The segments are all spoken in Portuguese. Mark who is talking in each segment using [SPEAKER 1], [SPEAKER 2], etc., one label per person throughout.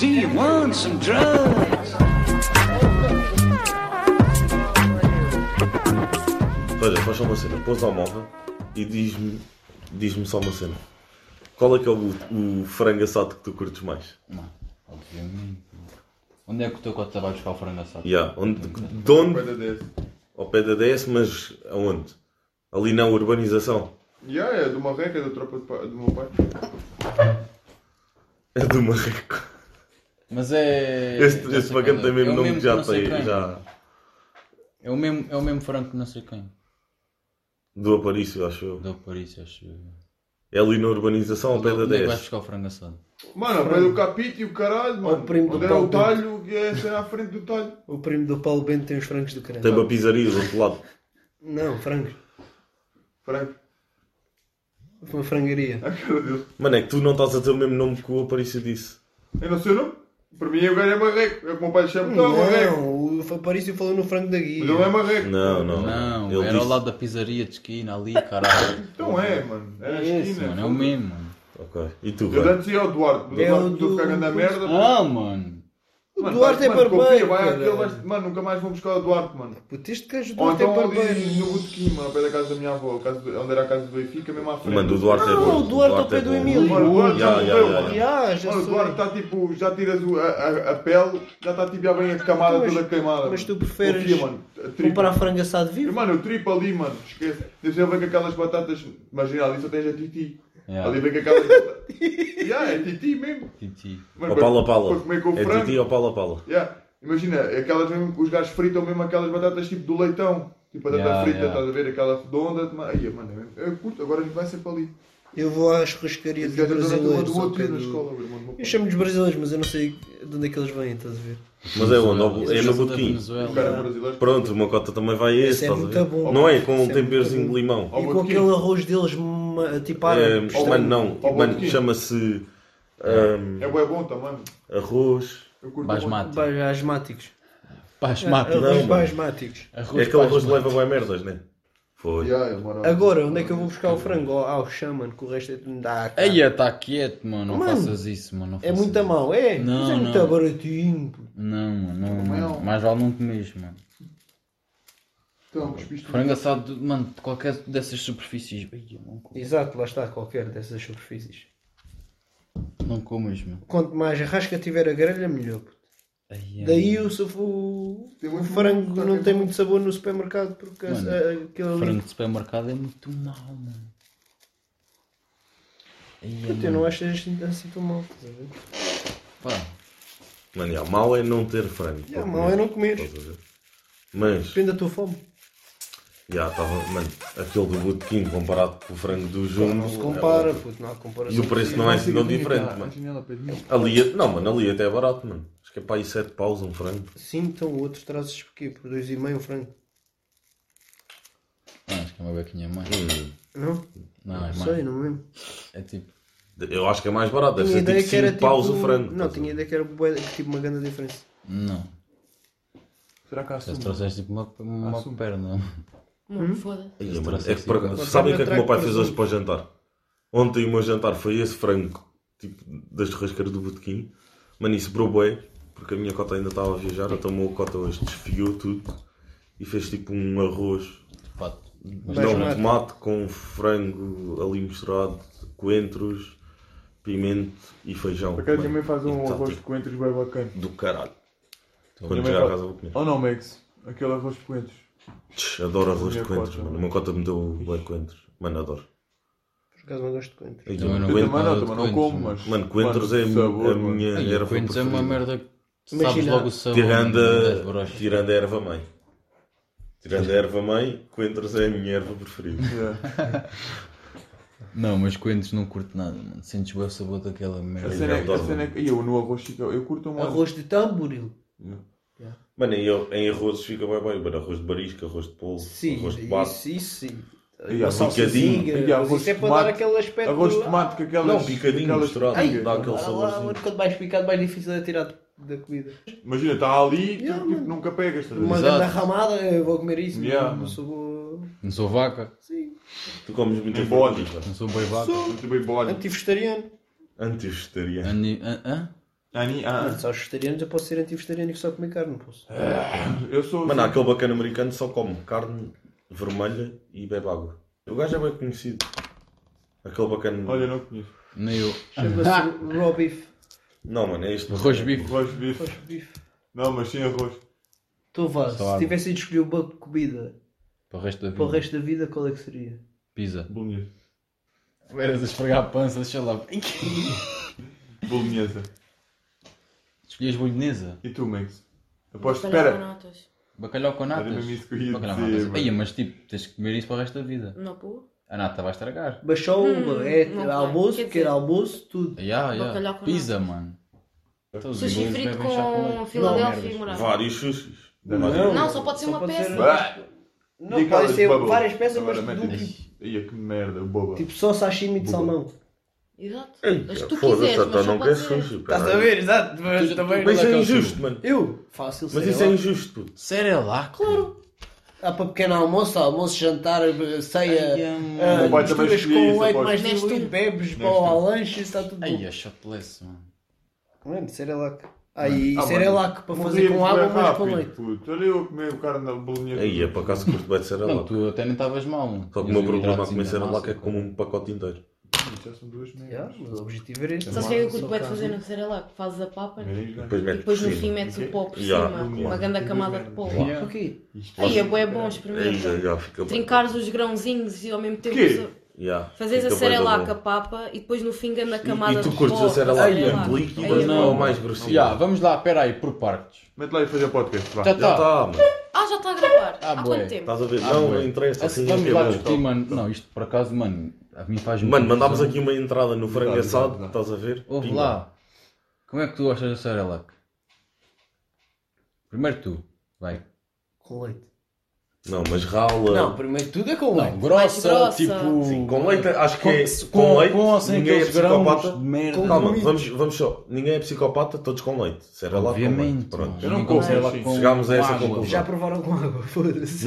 [SPEAKER 1] Do you want some drugs?
[SPEAKER 2] Olha, faz só uma cena, pôs ao móvel e diz-me diz-me só uma cena. Qual é que é o, o frango assado que tu curtes mais?
[SPEAKER 3] Não, obviamente. Onde é que o teu cote vai buscar o frango assado?
[SPEAKER 2] Yeah. Onde, de onde?
[SPEAKER 4] Coisa desse.
[SPEAKER 2] Ao pé da DS, mas aonde? Ali na urbanização.
[SPEAKER 4] Yeah, é de uma reca da tropa de pa- do meu pai.
[SPEAKER 2] É do Marreco.
[SPEAKER 3] Mas é.
[SPEAKER 2] Este,
[SPEAKER 3] já
[SPEAKER 2] este
[SPEAKER 3] sei
[SPEAKER 2] bacana
[SPEAKER 3] qual é.
[SPEAKER 2] tem mesmo
[SPEAKER 3] É o
[SPEAKER 2] nome que já
[SPEAKER 3] não sei quem.
[SPEAKER 2] tem. Já,
[SPEAKER 3] É, o mesmo, é o mesmo frango que não sei quem.
[SPEAKER 2] do Aparício, acho eu.
[SPEAKER 3] Deu por isso, acho. eu.
[SPEAKER 2] É ali na urbanização ao pé da
[SPEAKER 3] Onde é que vai
[SPEAKER 2] 10.
[SPEAKER 3] buscar o frango assado?
[SPEAKER 4] Mano, vai do capite e o caralho, mano.
[SPEAKER 5] primo do
[SPEAKER 4] Onde era o
[SPEAKER 5] Paulo
[SPEAKER 4] talho, que é a cena à frente do talho.
[SPEAKER 5] O primo do Paulo Bento tem os frangos do caralho.
[SPEAKER 2] Tem uma pizzaria do outro lado.
[SPEAKER 5] Não, frangos.
[SPEAKER 4] Franco.
[SPEAKER 5] Uma frangaria.
[SPEAKER 4] A cara dele.
[SPEAKER 2] Mano, é que tu não estás a ter o mesmo nome que o Aparício disse.
[SPEAKER 4] Eu não sei o nome. Para mim o gajo é marreco. É como o meu pai lhe chama. Não, marreco.
[SPEAKER 5] Não, o Aparício falou no frango da guia.
[SPEAKER 4] Mas ele é marreco.
[SPEAKER 2] Não, não.
[SPEAKER 3] Não,
[SPEAKER 2] Ele
[SPEAKER 3] era ao
[SPEAKER 2] disse-
[SPEAKER 3] lado da pizzaria de esquina ali, caralho.
[SPEAKER 4] Então é, mano. É na
[SPEAKER 3] É esse,
[SPEAKER 4] esquina.
[SPEAKER 3] mano, é o mesmo, mano.
[SPEAKER 2] Ok. E tu,
[SPEAKER 4] Eu
[SPEAKER 2] velho?
[SPEAKER 4] antes ia ao Duarte. mas O
[SPEAKER 5] um É
[SPEAKER 4] Duarte
[SPEAKER 5] o
[SPEAKER 4] estou
[SPEAKER 5] do-
[SPEAKER 4] ficando na merda.
[SPEAKER 3] Ah, mano.
[SPEAKER 5] O
[SPEAKER 4] Mano,
[SPEAKER 5] Duarte é
[SPEAKER 4] vai- mano, confia,
[SPEAKER 5] barbeiro.
[SPEAKER 4] vai àquele,
[SPEAKER 5] caralho.
[SPEAKER 4] vai- Mano, nunca mais vão buscar o Duarte, mano.
[SPEAKER 5] Puto, este gajo
[SPEAKER 4] Ou
[SPEAKER 5] Duarte é
[SPEAKER 4] então
[SPEAKER 5] barbeiro.
[SPEAKER 4] ali no botequim, mano, ao pé da casa da minha avó, a casa do- onde era a casa do Benfica, mesmo à frente.
[SPEAKER 2] Mano, o Duarte é
[SPEAKER 5] Não,
[SPEAKER 2] bom.
[SPEAKER 5] o Duarte ao pé
[SPEAKER 2] é
[SPEAKER 5] do
[SPEAKER 2] bom.
[SPEAKER 5] Emílio.
[SPEAKER 4] Mano, o Duarte já
[SPEAKER 2] Ya, ya,
[SPEAKER 4] morreu,
[SPEAKER 2] ya,
[SPEAKER 4] mano.
[SPEAKER 2] ya.
[SPEAKER 5] Ah, já
[SPEAKER 4] Mano, o
[SPEAKER 5] sei.
[SPEAKER 4] Duarte está tipo, já tiras o- a, a, a pele, já está tipo, já vem a camada
[SPEAKER 5] Mas-
[SPEAKER 4] toda queimada.
[SPEAKER 5] Mas tu
[SPEAKER 4] mano.
[SPEAKER 5] preferes um
[SPEAKER 4] Confia, mano. A tripa.
[SPEAKER 5] comprar frango assado vivo?
[SPEAKER 4] Mano, o tripa ali, mano, esquece. Deve ser ver com aquelas batatas. Imagina, ali só tens a Titi.
[SPEAKER 3] Yeah.
[SPEAKER 4] Ali vem com aquelas batatas. yeah, é Titi mesmo.
[SPEAKER 3] Titi.
[SPEAKER 4] Mano,
[SPEAKER 2] Ou pala
[SPEAKER 4] Para comer com o
[SPEAKER 2] pala. É
[SPEAKER 4] frango.
[SPEAKER 2] Titi ou pala pala.
[SPEAKER 4] Yeah. Imagina, é aquelas mesmo que os gajos fritam mesmo aquelas batatas tipo do leitão. Tipo batata
[SPEAKER 3] Yeah,
[SPEAKER 4] frita,
[SPEAKER 3] yeah.
[SPEAKER 4] estás a ver? Aquela redonda. Mano, aí, mano, é mesmo- eu curto, agora a gente vai sempre ali.
[SPEAKER 5] Eu vou à churrascaria
[SPEAKER 4] Esse
[SPEAKER 5] dos
[SPEAKER 4] gajo é da turma
[SPEAKER 5] brasileiros.
[SPEAKER 4] do
[SPEAKER 5] ao
[SPEAKER 4] outro
[SPEAKER 5] pé
[SPEAKER 4] dia na
[SPEAKER 5] do-
[SPEAKER 4] escola, o irmão do meu pai.
[SPEAKER 5] Eu chamo-lhes brasileiros, mas eu não sei de onde é que eles vêm, estás a ver?
[SPEAKER 2] Mas é onde? É
[SPEAKER 3] Esse
[SPEAKER 2] no
[SPEAKER 3] da
[SPEAKER 2] botequim.
[SPEAKER 4] O
[SPEAKER 3] Venezuela.
[SPEAKER 4] cara é brasileiro.
[SPEAKER 2] Pronto, uma cota também vai a esse,
[SPEAKER 5] Isso é
[SPEAKER 2] estás a
[SPEAKER 5] muito
[SPEAKER 2] ver?
[SPEAKER 5] bom.
[SPEAKER 2] Não é? Com
[SPEAKER 5] Isso é
[SPEAKER 2] um
[SPEAKER 5] muito
[SPEAKER 2] temperozinho
[SPEAKER 5] bom.
[SPEAKER 2] de limão.
[SPEAKER 4] Ao
[SPEAKER 5] e com
[SPEAKER 4] botequim.
[SPEAKER 5] aquele arroz deles ma- tipo
[SPEAKER 2] É,
[SPEAKER 5] árabe. estranho.
[SPEAKER 2] mano, não.
[SPEAKER 4] Ao
[SPEAKER 2] Mano,
[SPEAKER 4] botequim.
[SPEAKER 2] chama-se ahm,
[SPEAKER 4] É bué bom também.
[SPEAKER 2] arroz.
[SPEAKER 4] Eu curto
[SPEAKER 3] Basmati.
[SPEAKER 5] Ba- Asmáticos.
[SPEAKER 3] Basmati.
[SPEAKER 2] Ah, Não,
[SPEAKER 5] Arroz
[SPEAKER 2] mano.
[SPEAKER 5] basmáticos.
[SPEAKER 2] É
[SPEAKER 3] né? Arroz
[SPEAKER 2] aquele arroz que
[SPEAKER 3] basmati.
[SPEAKER 2] leva bem merdas, né?
[SPEAKER 4] bom.
[SPEAKER 2] Foi.
[SPEAKER 4] Yeah, é moral.
[SPEAKER 5] Agora, onde é que eu vou buscar o frango? Ao- Ao chão, mano, que o resto é tudo me dá. cara.
[SPEAKER 3] Eia, tá quieto, mano. Não
[SPEAKER 5] Mano,
[SPEAKER 3] faças isso, mano. Não
[SPEAKER 5] É
[SPEAKER 3] faças
[SPEAKER 5] muito
[SPEAKER 3] isso.
[SPEAKER 5] mau, é?
[SPEAKER 3] Não,
[SPEAKER 5] Mas é muito
[SPEAKER 3] não.
[SPEAKER 5] baratinho. pô.
[SPEAKER 3] Não, mano. Não, mano.
[SPEAKER 4] é?
[SPEAKER 3] Mais vale não comeres, mano.
[SPEAKER 4] Então, cuspiste.
[SPEAKER 3] Frango assado, mano, de qualquer dessas superfícies. Eia, não,
[SPEAKER 5] É
[SPEAKER 3] co-
[SPEAKER 5] Exato, lá está, qualquer dessas superfícies.
[SPEAKER 3] não comas, mano.
[SPEAKER 5] Quanto mais rasca tiver a grelha, melhor. pô.
[SPEAKER 3] Eia,
[SPEAKER 5] Daí o, saf- o,
[SPEAKER 4] Tem
[SPEAKER 5] o
[SPEAKER 4] muito-
[SPEAKER 5] frango não tem muito sabor no supermercado porque a-
[SPEAKER 3] Mano,
[SPEAKER 5] a- aquele
[SPEAKER 3] mano.
[SPEAKER 5] ali-
[SPEAKER 3] Frango de supermercado é muito mau, mano. Eia,
[SPEAKER 5] Puta, eu não acho assim assim tão mal. estás a ver?
[SPEAKER 3] pá.
[SPEAKER 2] Mano, já, mal é não ter frango.
[SPEAKER 5] Já, mal é não comer.
[SPEAKER 2] Estás a ver? Mas,
[SPEAKER 5] Depende da tua fome.
[SPEAKER 2] já estava, mano, aquele do botequim comparado com o frango do Jumbo.
[SPEAKER 5] Não se
[SPEAKER 2] é
[SPEAKER 5] compara,
[SPEAKER 2] outro.
[SPEAKER 5] puto, não há
[SPEAKER 2] E
[SPEAKER 5] comparação.
[SPEAKER 2] o preço não é assim tão diferente, mano. Ali, é- não, mano, ali até é barato, mano. Acho que é para aí 7 paus um frango.
[SPEAKER 5] Sim, então o outro trazes por quê? Por 2,5 o frango.
[SPEAKER 3] Não, acho que é uma bequinha mais.
[SPEAKER 2] Hum,
[SPEAKER 5] Não?
[SPEAKER 3] Não,
[SPEAKER 2] Ah,
[SPEAKER 3] é
[SPEAKER 5] Não sei,
[SPEAKER 3] mais.
[SPEAKER 5] não lembro.
[SPEAKER 3] É tipo.
[SPEAKER 2] Eu acho que é mais barato, deve ser tipo 5 paus o frango.
[SPEAKER 5] Não,
[SPEAKER 2] estás a
[SPEAKER 5] tinha
[SPEAKER 2] ver?
[SPEAKER 5] ideia que era bué- que tipo uma grande diferença.
[SPEAKER 3] Não.
[SPEAKER 4] Será que há
[SPEAKER 3] Já se
[SPEAKER 4] açúcar?
[SPEAKER 3] trouxeste tipo uma,
[SPEAKER 5] Ah,
[SPEAKER 3] uma
[SPEAKER 4] Assumo.
[SPEAKER 3] perna.
[SPEAKER 6] Mano, foda-se.
[SPEAKER 2] Ai,
[SPEAKER 3] Esse
[SPEAKER 2] mano,
[SPEAKER 3] troço
[SPEAKER 2] é
[SPEAKER 3] é
[SPEAKER 2] que
[SPEAKER 3] assim,
[SPEAKER 2] por-
[SPEAKER 3] cara.
[SPEAKER 2] sabem o que é que o meu pai
[SPEAKER 5] Também
[SPEAKER 2] fez
[SPEAKER 5] traz
[SPEAKER 2] hoje para o jantar? Ontem o meu jantar foi esse frango, tipo, da churrasqueira do botequim. Mano, e sobrou bué, porque a minha cota ainda estava a viajar, então o meu cota hoje desfiou tudo e fez tipo um arroz,
[SPEAKER 3] Pato. Mas
[SPEAKER 2] não,
[SPEAKER 5] tomate.
[SPEAKER 2] um tomate com frango ali misturado, coentros, pimento e feijão.
[SPEAKER 4] Porque a minha mãe
[SPEAKER 2] Mano,
[SPEAKER 4] faz um
[SPEAKER 2] e tá
[SPEAKER 4] arroz de
[SPEAKER 2] tudo
[SPEAKER 4] coentros bem bacana.
[SPEAKER 2] do caralho.
[SPEAKER 4] Minha
[SPEAKER 2] Quando
[SPEAKER 4] mãe
[SPEAKER 2] chegar a
[SPEAKER 4] faz-
[SPEAKER 2] casa vou comer.
[SPEAKER 4] Oh não, Max. Aquele arroz de coentros.
[SPEAKER 2] Tch, Adoro arroz de
[SPEAKER 4] Minha
[SPEAKER 2] coentros,
[SPEAKER 4] cota.
[SPEAKER 2] mano. O meu cota me deu bué coentros. Mano, adoro.
[SPEAKER 5] Por acaso não gosto de coentro.
[SPEAKER 2] Ai,
[SPEAKER 3] Também
[SPEAKER 2] eu
[SPEAKER 3] não
[SPEAKER 4] Eu
[SPEAKER 2] aguento
[SPEAKER 4] também
[SPEAKER 3] nada
[SPEAKER 4] não,
[SPEAKER 3] de
[SPEAKER 4] também não
[SPEAKER 3] coentros,
[SPEAKER 4] como,
[SPEAKER 3] mano.
[SPEAKER 4] mas...
[SPEAKER 2] Mano, coentros é a-
[SPEAKER 4] sabor,
[SPEAKER 2] a
[SPEAKER 4] mano.
[SPEAKER 2] minha
[SPEAKER 3] Ai,
[SPEAKER 2] erva
[SPEAKER 3] Coentros é uma
[SPEAKER 2] preferida.
[SPEAKER 3] merda né, que sabes
[SPEAKER 5] Imagina,
[SPEAKER 3] logo o sabor.
[SPEAKER 2] Tirando
[SPEAKER 3] das
[SPEAKER 2] a,
[SPEAKER 3] brochas.
[SPEAKER 2] tirando a erva mãe. Tirando a erva mãe, coentros é a minha erva preferida.
[SPEAKER 4] Yeah.
[SPEAKER 3] Não, mas coentros não curto nada, mano. Sentes bem o sabor daquela
[SPEAKER 4] A
[SPEAKER 3] merda.
[SPEAKER 4] cena é- a
[SPEAKER 2] adoro.
[SPEAKER 4] cena é que... Ih, Eu no arroz fica... Eu curto um arroz.
[SPEAKER 5] Arroz de tamboril.
[SPEAKER 2] Mano, em, em arrozes fica bem bem, mano. Arroz de barisco, arroz de polvo,
[SPEAKER 5] Sim,
[SPEAKER 2] arroz de pato.
[SPEAKER 5] isso, isso sim.
[SPEAKER 4] E
[SPEAKER 5] Uma
[SPEAKER 4] arroz
[SPEAKER 5] salsicinha,
[SPEAKER 2] picadinho.
[SPEAKER 4] E
[SPEAKER 5] mas
[SPEAKER 4] arroz
[SPEAKER 5] Isso é
[SPEAKER 4] de
[SPEAKER 5] para dar
[SPEAKER 4] tomate.
[SPEAKER 5] aquele aspecto.
[SPEAKER 4] Arroz de tomate com aquelas...
[SPEAKER 2] Não, picadinho
[SPEAKER 4] aquelas-
[SPEAKER 2] misturado,
[SPEAKER 5] Ai,
[SPEAKER 2] dá aquele
[SPEAKER 5] Ah, lá,
[SPEAKER 2] saborzinho.
[SPEAKER 5] mano, quanto mais picado, mais difícil é tirar da comida.
[SPEAKER 4] Imagina, está ali e
[SPEAKER 5] Yeah,
[SPEAKER 4] tu, tipo, nunca pegas. estás a ver?
[SPEAKER 5] Uma
[SPEAKER 3] Exato.
[SPEAKER 5] grande ramada, eu vou comer isso.
[SPEAKER 4] Yeah,
[SPEAKER 5] não
[SPEAKER 4] mano.
[SPEAKER 5] sou.
[SPEAKER 3] Não sou vaca,
[SPEAKER 5] Sim.
[SPEAKER 2] Tu comes muita
[SPEAKER 4] Nem bode.
[SPEAKER 2] coisa.
[SPEAKER 4] Tipo,
[SPEAKER 3] não sou boi vaca. Ah,
[SPEAKER 4] Muito bem bode.
[SPEAKER 5] Anti-vegetariano.
[SPEAKER 2] Anti-vegetariano.
[SPEAKER 3] Ani- hã? hã?
[SPEAKER 4] A mim,
[SPEAKER 5] Mas
[SPEAKER 4] ah,
[SPEAKER 5] aos vegetarianos eu posso ser anti-vegetariano e só comer carne, posso.
[SPEAKER 7] Eu sou.
[SPEAKER 2] Mano, há
[SPEAKER 4] assim.
[SPEAKER 2] aquele bacana americano que só come carne vermelha e bebe água. O gajo é bem conhecido. Aquele bacana.
[SPEAKER 4] olha, não conheço.
[SPEAKER 3] Nem eu.
[SPEAKER 5] Chama-se raw beef.
[SPEAKER 2] Não, mano, é este.
[SPEAKER 3] Arroz bife.
[SPEAKER 4] Arroz de bife.
[SPEAKER 5] Roast beef.
[SPEAKER 4] Não, mas sem arroz.
[SPEAKER 5] Então vá, se
[SPEAKER 3] Salada.
[SPEAKER 5] tivesse de escolher uma comida
[SPEAKER 3] Para o resto da vida.
[SPEAKER 5] para o resto da vida, qual é que seria?
[SPEAKER 3] Pizza.
[SPEAKER 4] Bolonhesa.
[SPEAKER 3] Eras a esfregar a pança, deixa lá.
[SPEAKER 4] Bolonhesa.
[SPEAKER 3] Escolhias bolonhesa.
[SPEAKER 4] E tu, Max? Aposto,
[SPEAKER 6] Espera.
[SPEAKER 4] Oh, espera.
[SPEAKER 3] Bacalhau com natas.
[SPEAKER 4] Era mesmo isso que eu ia
[SPEAKER 3] Bacalhau com
[SPEAKER 4] dizer,
[SPEAKER 3] natas.
[SPEAKER 4] mano.
[SPEAKER 3] Aí, mas tipo, tens que comer isso para o resto da vida.
[SPEAKER 6] Não, pô.
[SPEAKER 3] A nata vai estragar.
[SPEAKER 5] Mas só uma, é
[SPEAKER 6] não vai.
[SPEAKER 5] almoço,
[SPEAKER 6] Hum, Quer
[SPEAKER 5] pequeno
[SPEAKER 6] dizer-
[SPEAKER 5] almoço, tudo.
[SPEAKER 3] Ya, ya.
[SPEAKER 6] Bacalhau com
[SPEAKER 3] Pizza, mano. Então, os
[SPEAKER 6] Sushi
[SPEAKER 3] ingleses
[SPEAKER 6] frito
[SPEAKER 3] bebem chá
[SPEAKER 6] com
[SPEAKER 3] leite.
[SPEAKER 6] Filadélfia e
[SPEAKER 3] Não, merdas.
[SPEAKER 6] morada.
[SPEAKER 2] Vários sushis.
[SPEAKER 6] Não, só pode ser uma peça.
[SPEAKER 5] Não,
[SPEAKER 4] E
[SPEAKER 5] pode
[SPEAKER 4] aquelas
[SPEAKER 5] ser
[SPEAKER 4] bubble?
[SPEAKER 5] várias peças, mas
[SPEAKER 4] Agora
[SPEAKER 5] tudo
[SPEAKER 4] mete isso. Ia que merda, boba.
[SPEAKER 5] Tipo só sashimi de salmão.
[SPEAKER 6] Exato. Mas tu
[SPEAKER 2] Foda-se,
[SPEAKER 6] quiseres,
[SPEAKER 2] até
[SPEAKER 6] mas só
[SPEAKER 2] não
[SPEAKER 6] pode
[SPEAKER 2] quer
[SPEAKER 6] ser.
[SPEAKER 2] sushi.
[SPEAKER 5] Estás a
[SPEAKER 2] caralho.
[SPEAKER 5] ver, exato. Mas também.
[SPEAKER 2] Mas isso
[SPEAKER 3] Qual é que
[SPEAKER 2] é
[SPEAKER 3] é o
[SPEAKER 2] injusto,
[SPEAKER 3] seu?
[SPEAKER 2] mano.
[SPEAKER 5] Eu? Fácil,
[SPEAKER 2] Mas
[SPEAKER 5] sei
[SPEAKER 2] isso é
[SPEAKER 5] lá.
[SPEAKER 2] injusto, puto.
[SPEAKER 3] Sério lá? Claro.
[SPEAKER 5] Há para pequeno almoço, almoço, jantar, ceia.
[SPEAKER 3] Ai,
[SPEAKER 5] ah,
[SPEAKER 4] amor. Pode também
[SPEAKER 5] misturas com
[SPEAKER 4] escolher isso,
[SPEAKER 5] leite
[SPEAKER 4] pode.
[SPEAKER 5] mais
[SPEAKER 6] Neste
[SPEAKER 5] diluído,
[SPEAKER 6] um.
[SPEAKER 5] bebes pão ao lanche, isso está tudo
[SPEAKER 3] Ai,
[SPEAKER 5] bom.
[SPEAKER 3] a shotless, mano.
[SPEAKER 5] Mano, Cerelac. Aí,
[SPEAKER 4] Ah, mano,
[SPEAKER 5] Cerelac para fazer com água, mas com leite.
[SPEAKER 4] Puto. Olha eu a comer o carne da bolonhesa.
[SPEAKER 2] Aí, é por acaso curto bem de
[SPEAKER 3] Não,
[SPEAKER 2] Cerelac.
[SPEAKER 3] tu até nem estavas mal. mano.
[SPEAKER 2] Só que o
[SPEAKER 3] Tinhas
[SPEAKER 2] meu
[SPEAKER 3] um
[SPEAKER 2] problema a
[SPEAKER 3] hidratozinho
[SPEAKER 2] comer
[SPEAKER 3] da
[SPEAKER 2] Cerelac
[SPEAKER 3] massa,
[SPEAKER 2] é que como um pacote inteiro.
[SPEAKER 4] Já são duas
[SPEAKER 5] Já,
[SPEAKER 4] merdas.
[SPEAKER 5] mas o objetivo era este.
[SPEAKER 6] Só sei que eu curto
[SPEAKER 5] Só
[SPEAKER 6] bué de
[SPEAKER 5] cá.
[SPEAKER 6] fazer no Cerelac. Fazes a papa né? e
[SPEAKER 4] Merdas,
[SPEAKER 2] Depois mete por
[SPEAKER 6] depois no fim
[SPEAKER 2] cima.
[SPEAKER 6] metes o pó por
[SPEAKER 2] Yeah,
[SPEAKER 6] cima.
[SPEAKER 2] claro.
[SPEAKER 6] Uma grande camada de pó.
[SPEAKER 3] Yeah.
[SPEAKER 5] O quê?
[SPEAKER 4] Isto
[SPEAKER 6] Aí é
[SPEAKER 4] pode-
[SPEAKER 6] bué bom
[SPEAKER 2] Aí, já,
[SPEAKER 6] experimentar.
[SPEAKER 2] já fica bem.
[SPEAKER 6] Trincares os grãozinhos e ao mesmo tempo...
[SPEAKER 4] Quê?
[SPEAKER 6] fazer-
[SPEAKER 2] Yeah,
[SPEAKER 6] Fazes
[SPEAKER 2] fica bué
[SPEAKER 6] a
[SPEAKER 2] da
[SPEAKER 6] Cerelac
[SPEAKER 2] bom.
[SPEAKER 6] a papa e depois no fim grande a
[SPEAKER 2] E-
[SPEAKER 6] camada
[SPEAKER 2] E
[SPEAKER 6] de pó.
[SPEAKER 2] tu curtes a Cerelac
[SPEAKER 6] Cerelac.
[SPEAKER 2] muito líquida
[SPEAKER 6] Aí é
[SPEAKER 2] ou
[SPEAKER 6] bom.
[SPEAKER 2] mais
[SPEAKER 3] Ya,
[SPEAKER 2] grossinha?
[SPEAKER 3] vamos lá, pera aí, por partes.
[SPEAKER 4] Mete lá e faz a podcast, vá.
[SPEAKER 3] Já
[SPEAKER 2] Já
[SPEAKER 3] está.
[SPEAKER 2] está, mano.
[SPEAKER 6] Ah, já está a gravar.
[SPEAKER 3] Ah,
[SPEAKER 6] Há
[SPEAKER 3] bué.
[SPEAKER 6] quanto tempo?
[SPEAKER 2] Estás a ver?
[SPEAKER 3] Ah,
[SPEAKER 2] Não,
[SPEAKER 3] bué.
[SPEAKER 2] não interessa.
[SPEAKER 3] Ah, se
[SPEAKER 2] Assim é
[SPEAKER 3] Vamos
[SPEAKER 2] que é
[SPEAKER 3] lá
[SPEAKER 2] bom.
[SPEAKER 3] discutir, mano. Não, isto por acaso, mano, a mim faz
[SPEAKER 2] Mano, mandámos um aqui uma entrada no frango assado, estás a ver?
[SPEAKER 3] Ouve
[SPEAKER 2] Pimba.
[SPEAKER 3] lá. Como é que tu gostas da Cerelac? Primeiro tu. Vai.
[SPEAKER 5] Com leite.
[SPEAKER 2] Não, mas rala.
[SPEAKER 5] Não, primeiro tudo é com
[SPEAKER 3] Não,
[SPEAKER 5] leite.
[SPEAKER 3] grossa,
[SPEAKER 6] grossa.
[SPEAKER 3] tipo.
[SPEAKER 2] Sim, com leite, acho que é.
[SPEAKER 3] com,
[SPEAKER 2] Com leite,
[SPEAKER 3] com ou sem
[SPEAKER 2] ninguém é
[SPEAKER 3] aqueles grãos
[SPEAKER 2] psicopata.
[SPEAKER 3] de merda.
[SPEAKER 2] Calma, vamos, vamos só. Ninguém é psicopata, todos com leite. Será lá com leite.
[SPEAKER 3] Obviamente.
[SPEAKER 2] Pronto.
[SPEAKER 4] Eu não como, sim.
[SPEAKER 2] Chegámos a essa
[SPEAKER 3] um
[SPEAKER 5] Já
[SPEAKER 2] conclusão.
[SPEAKER 5] provaram com água, foda-se.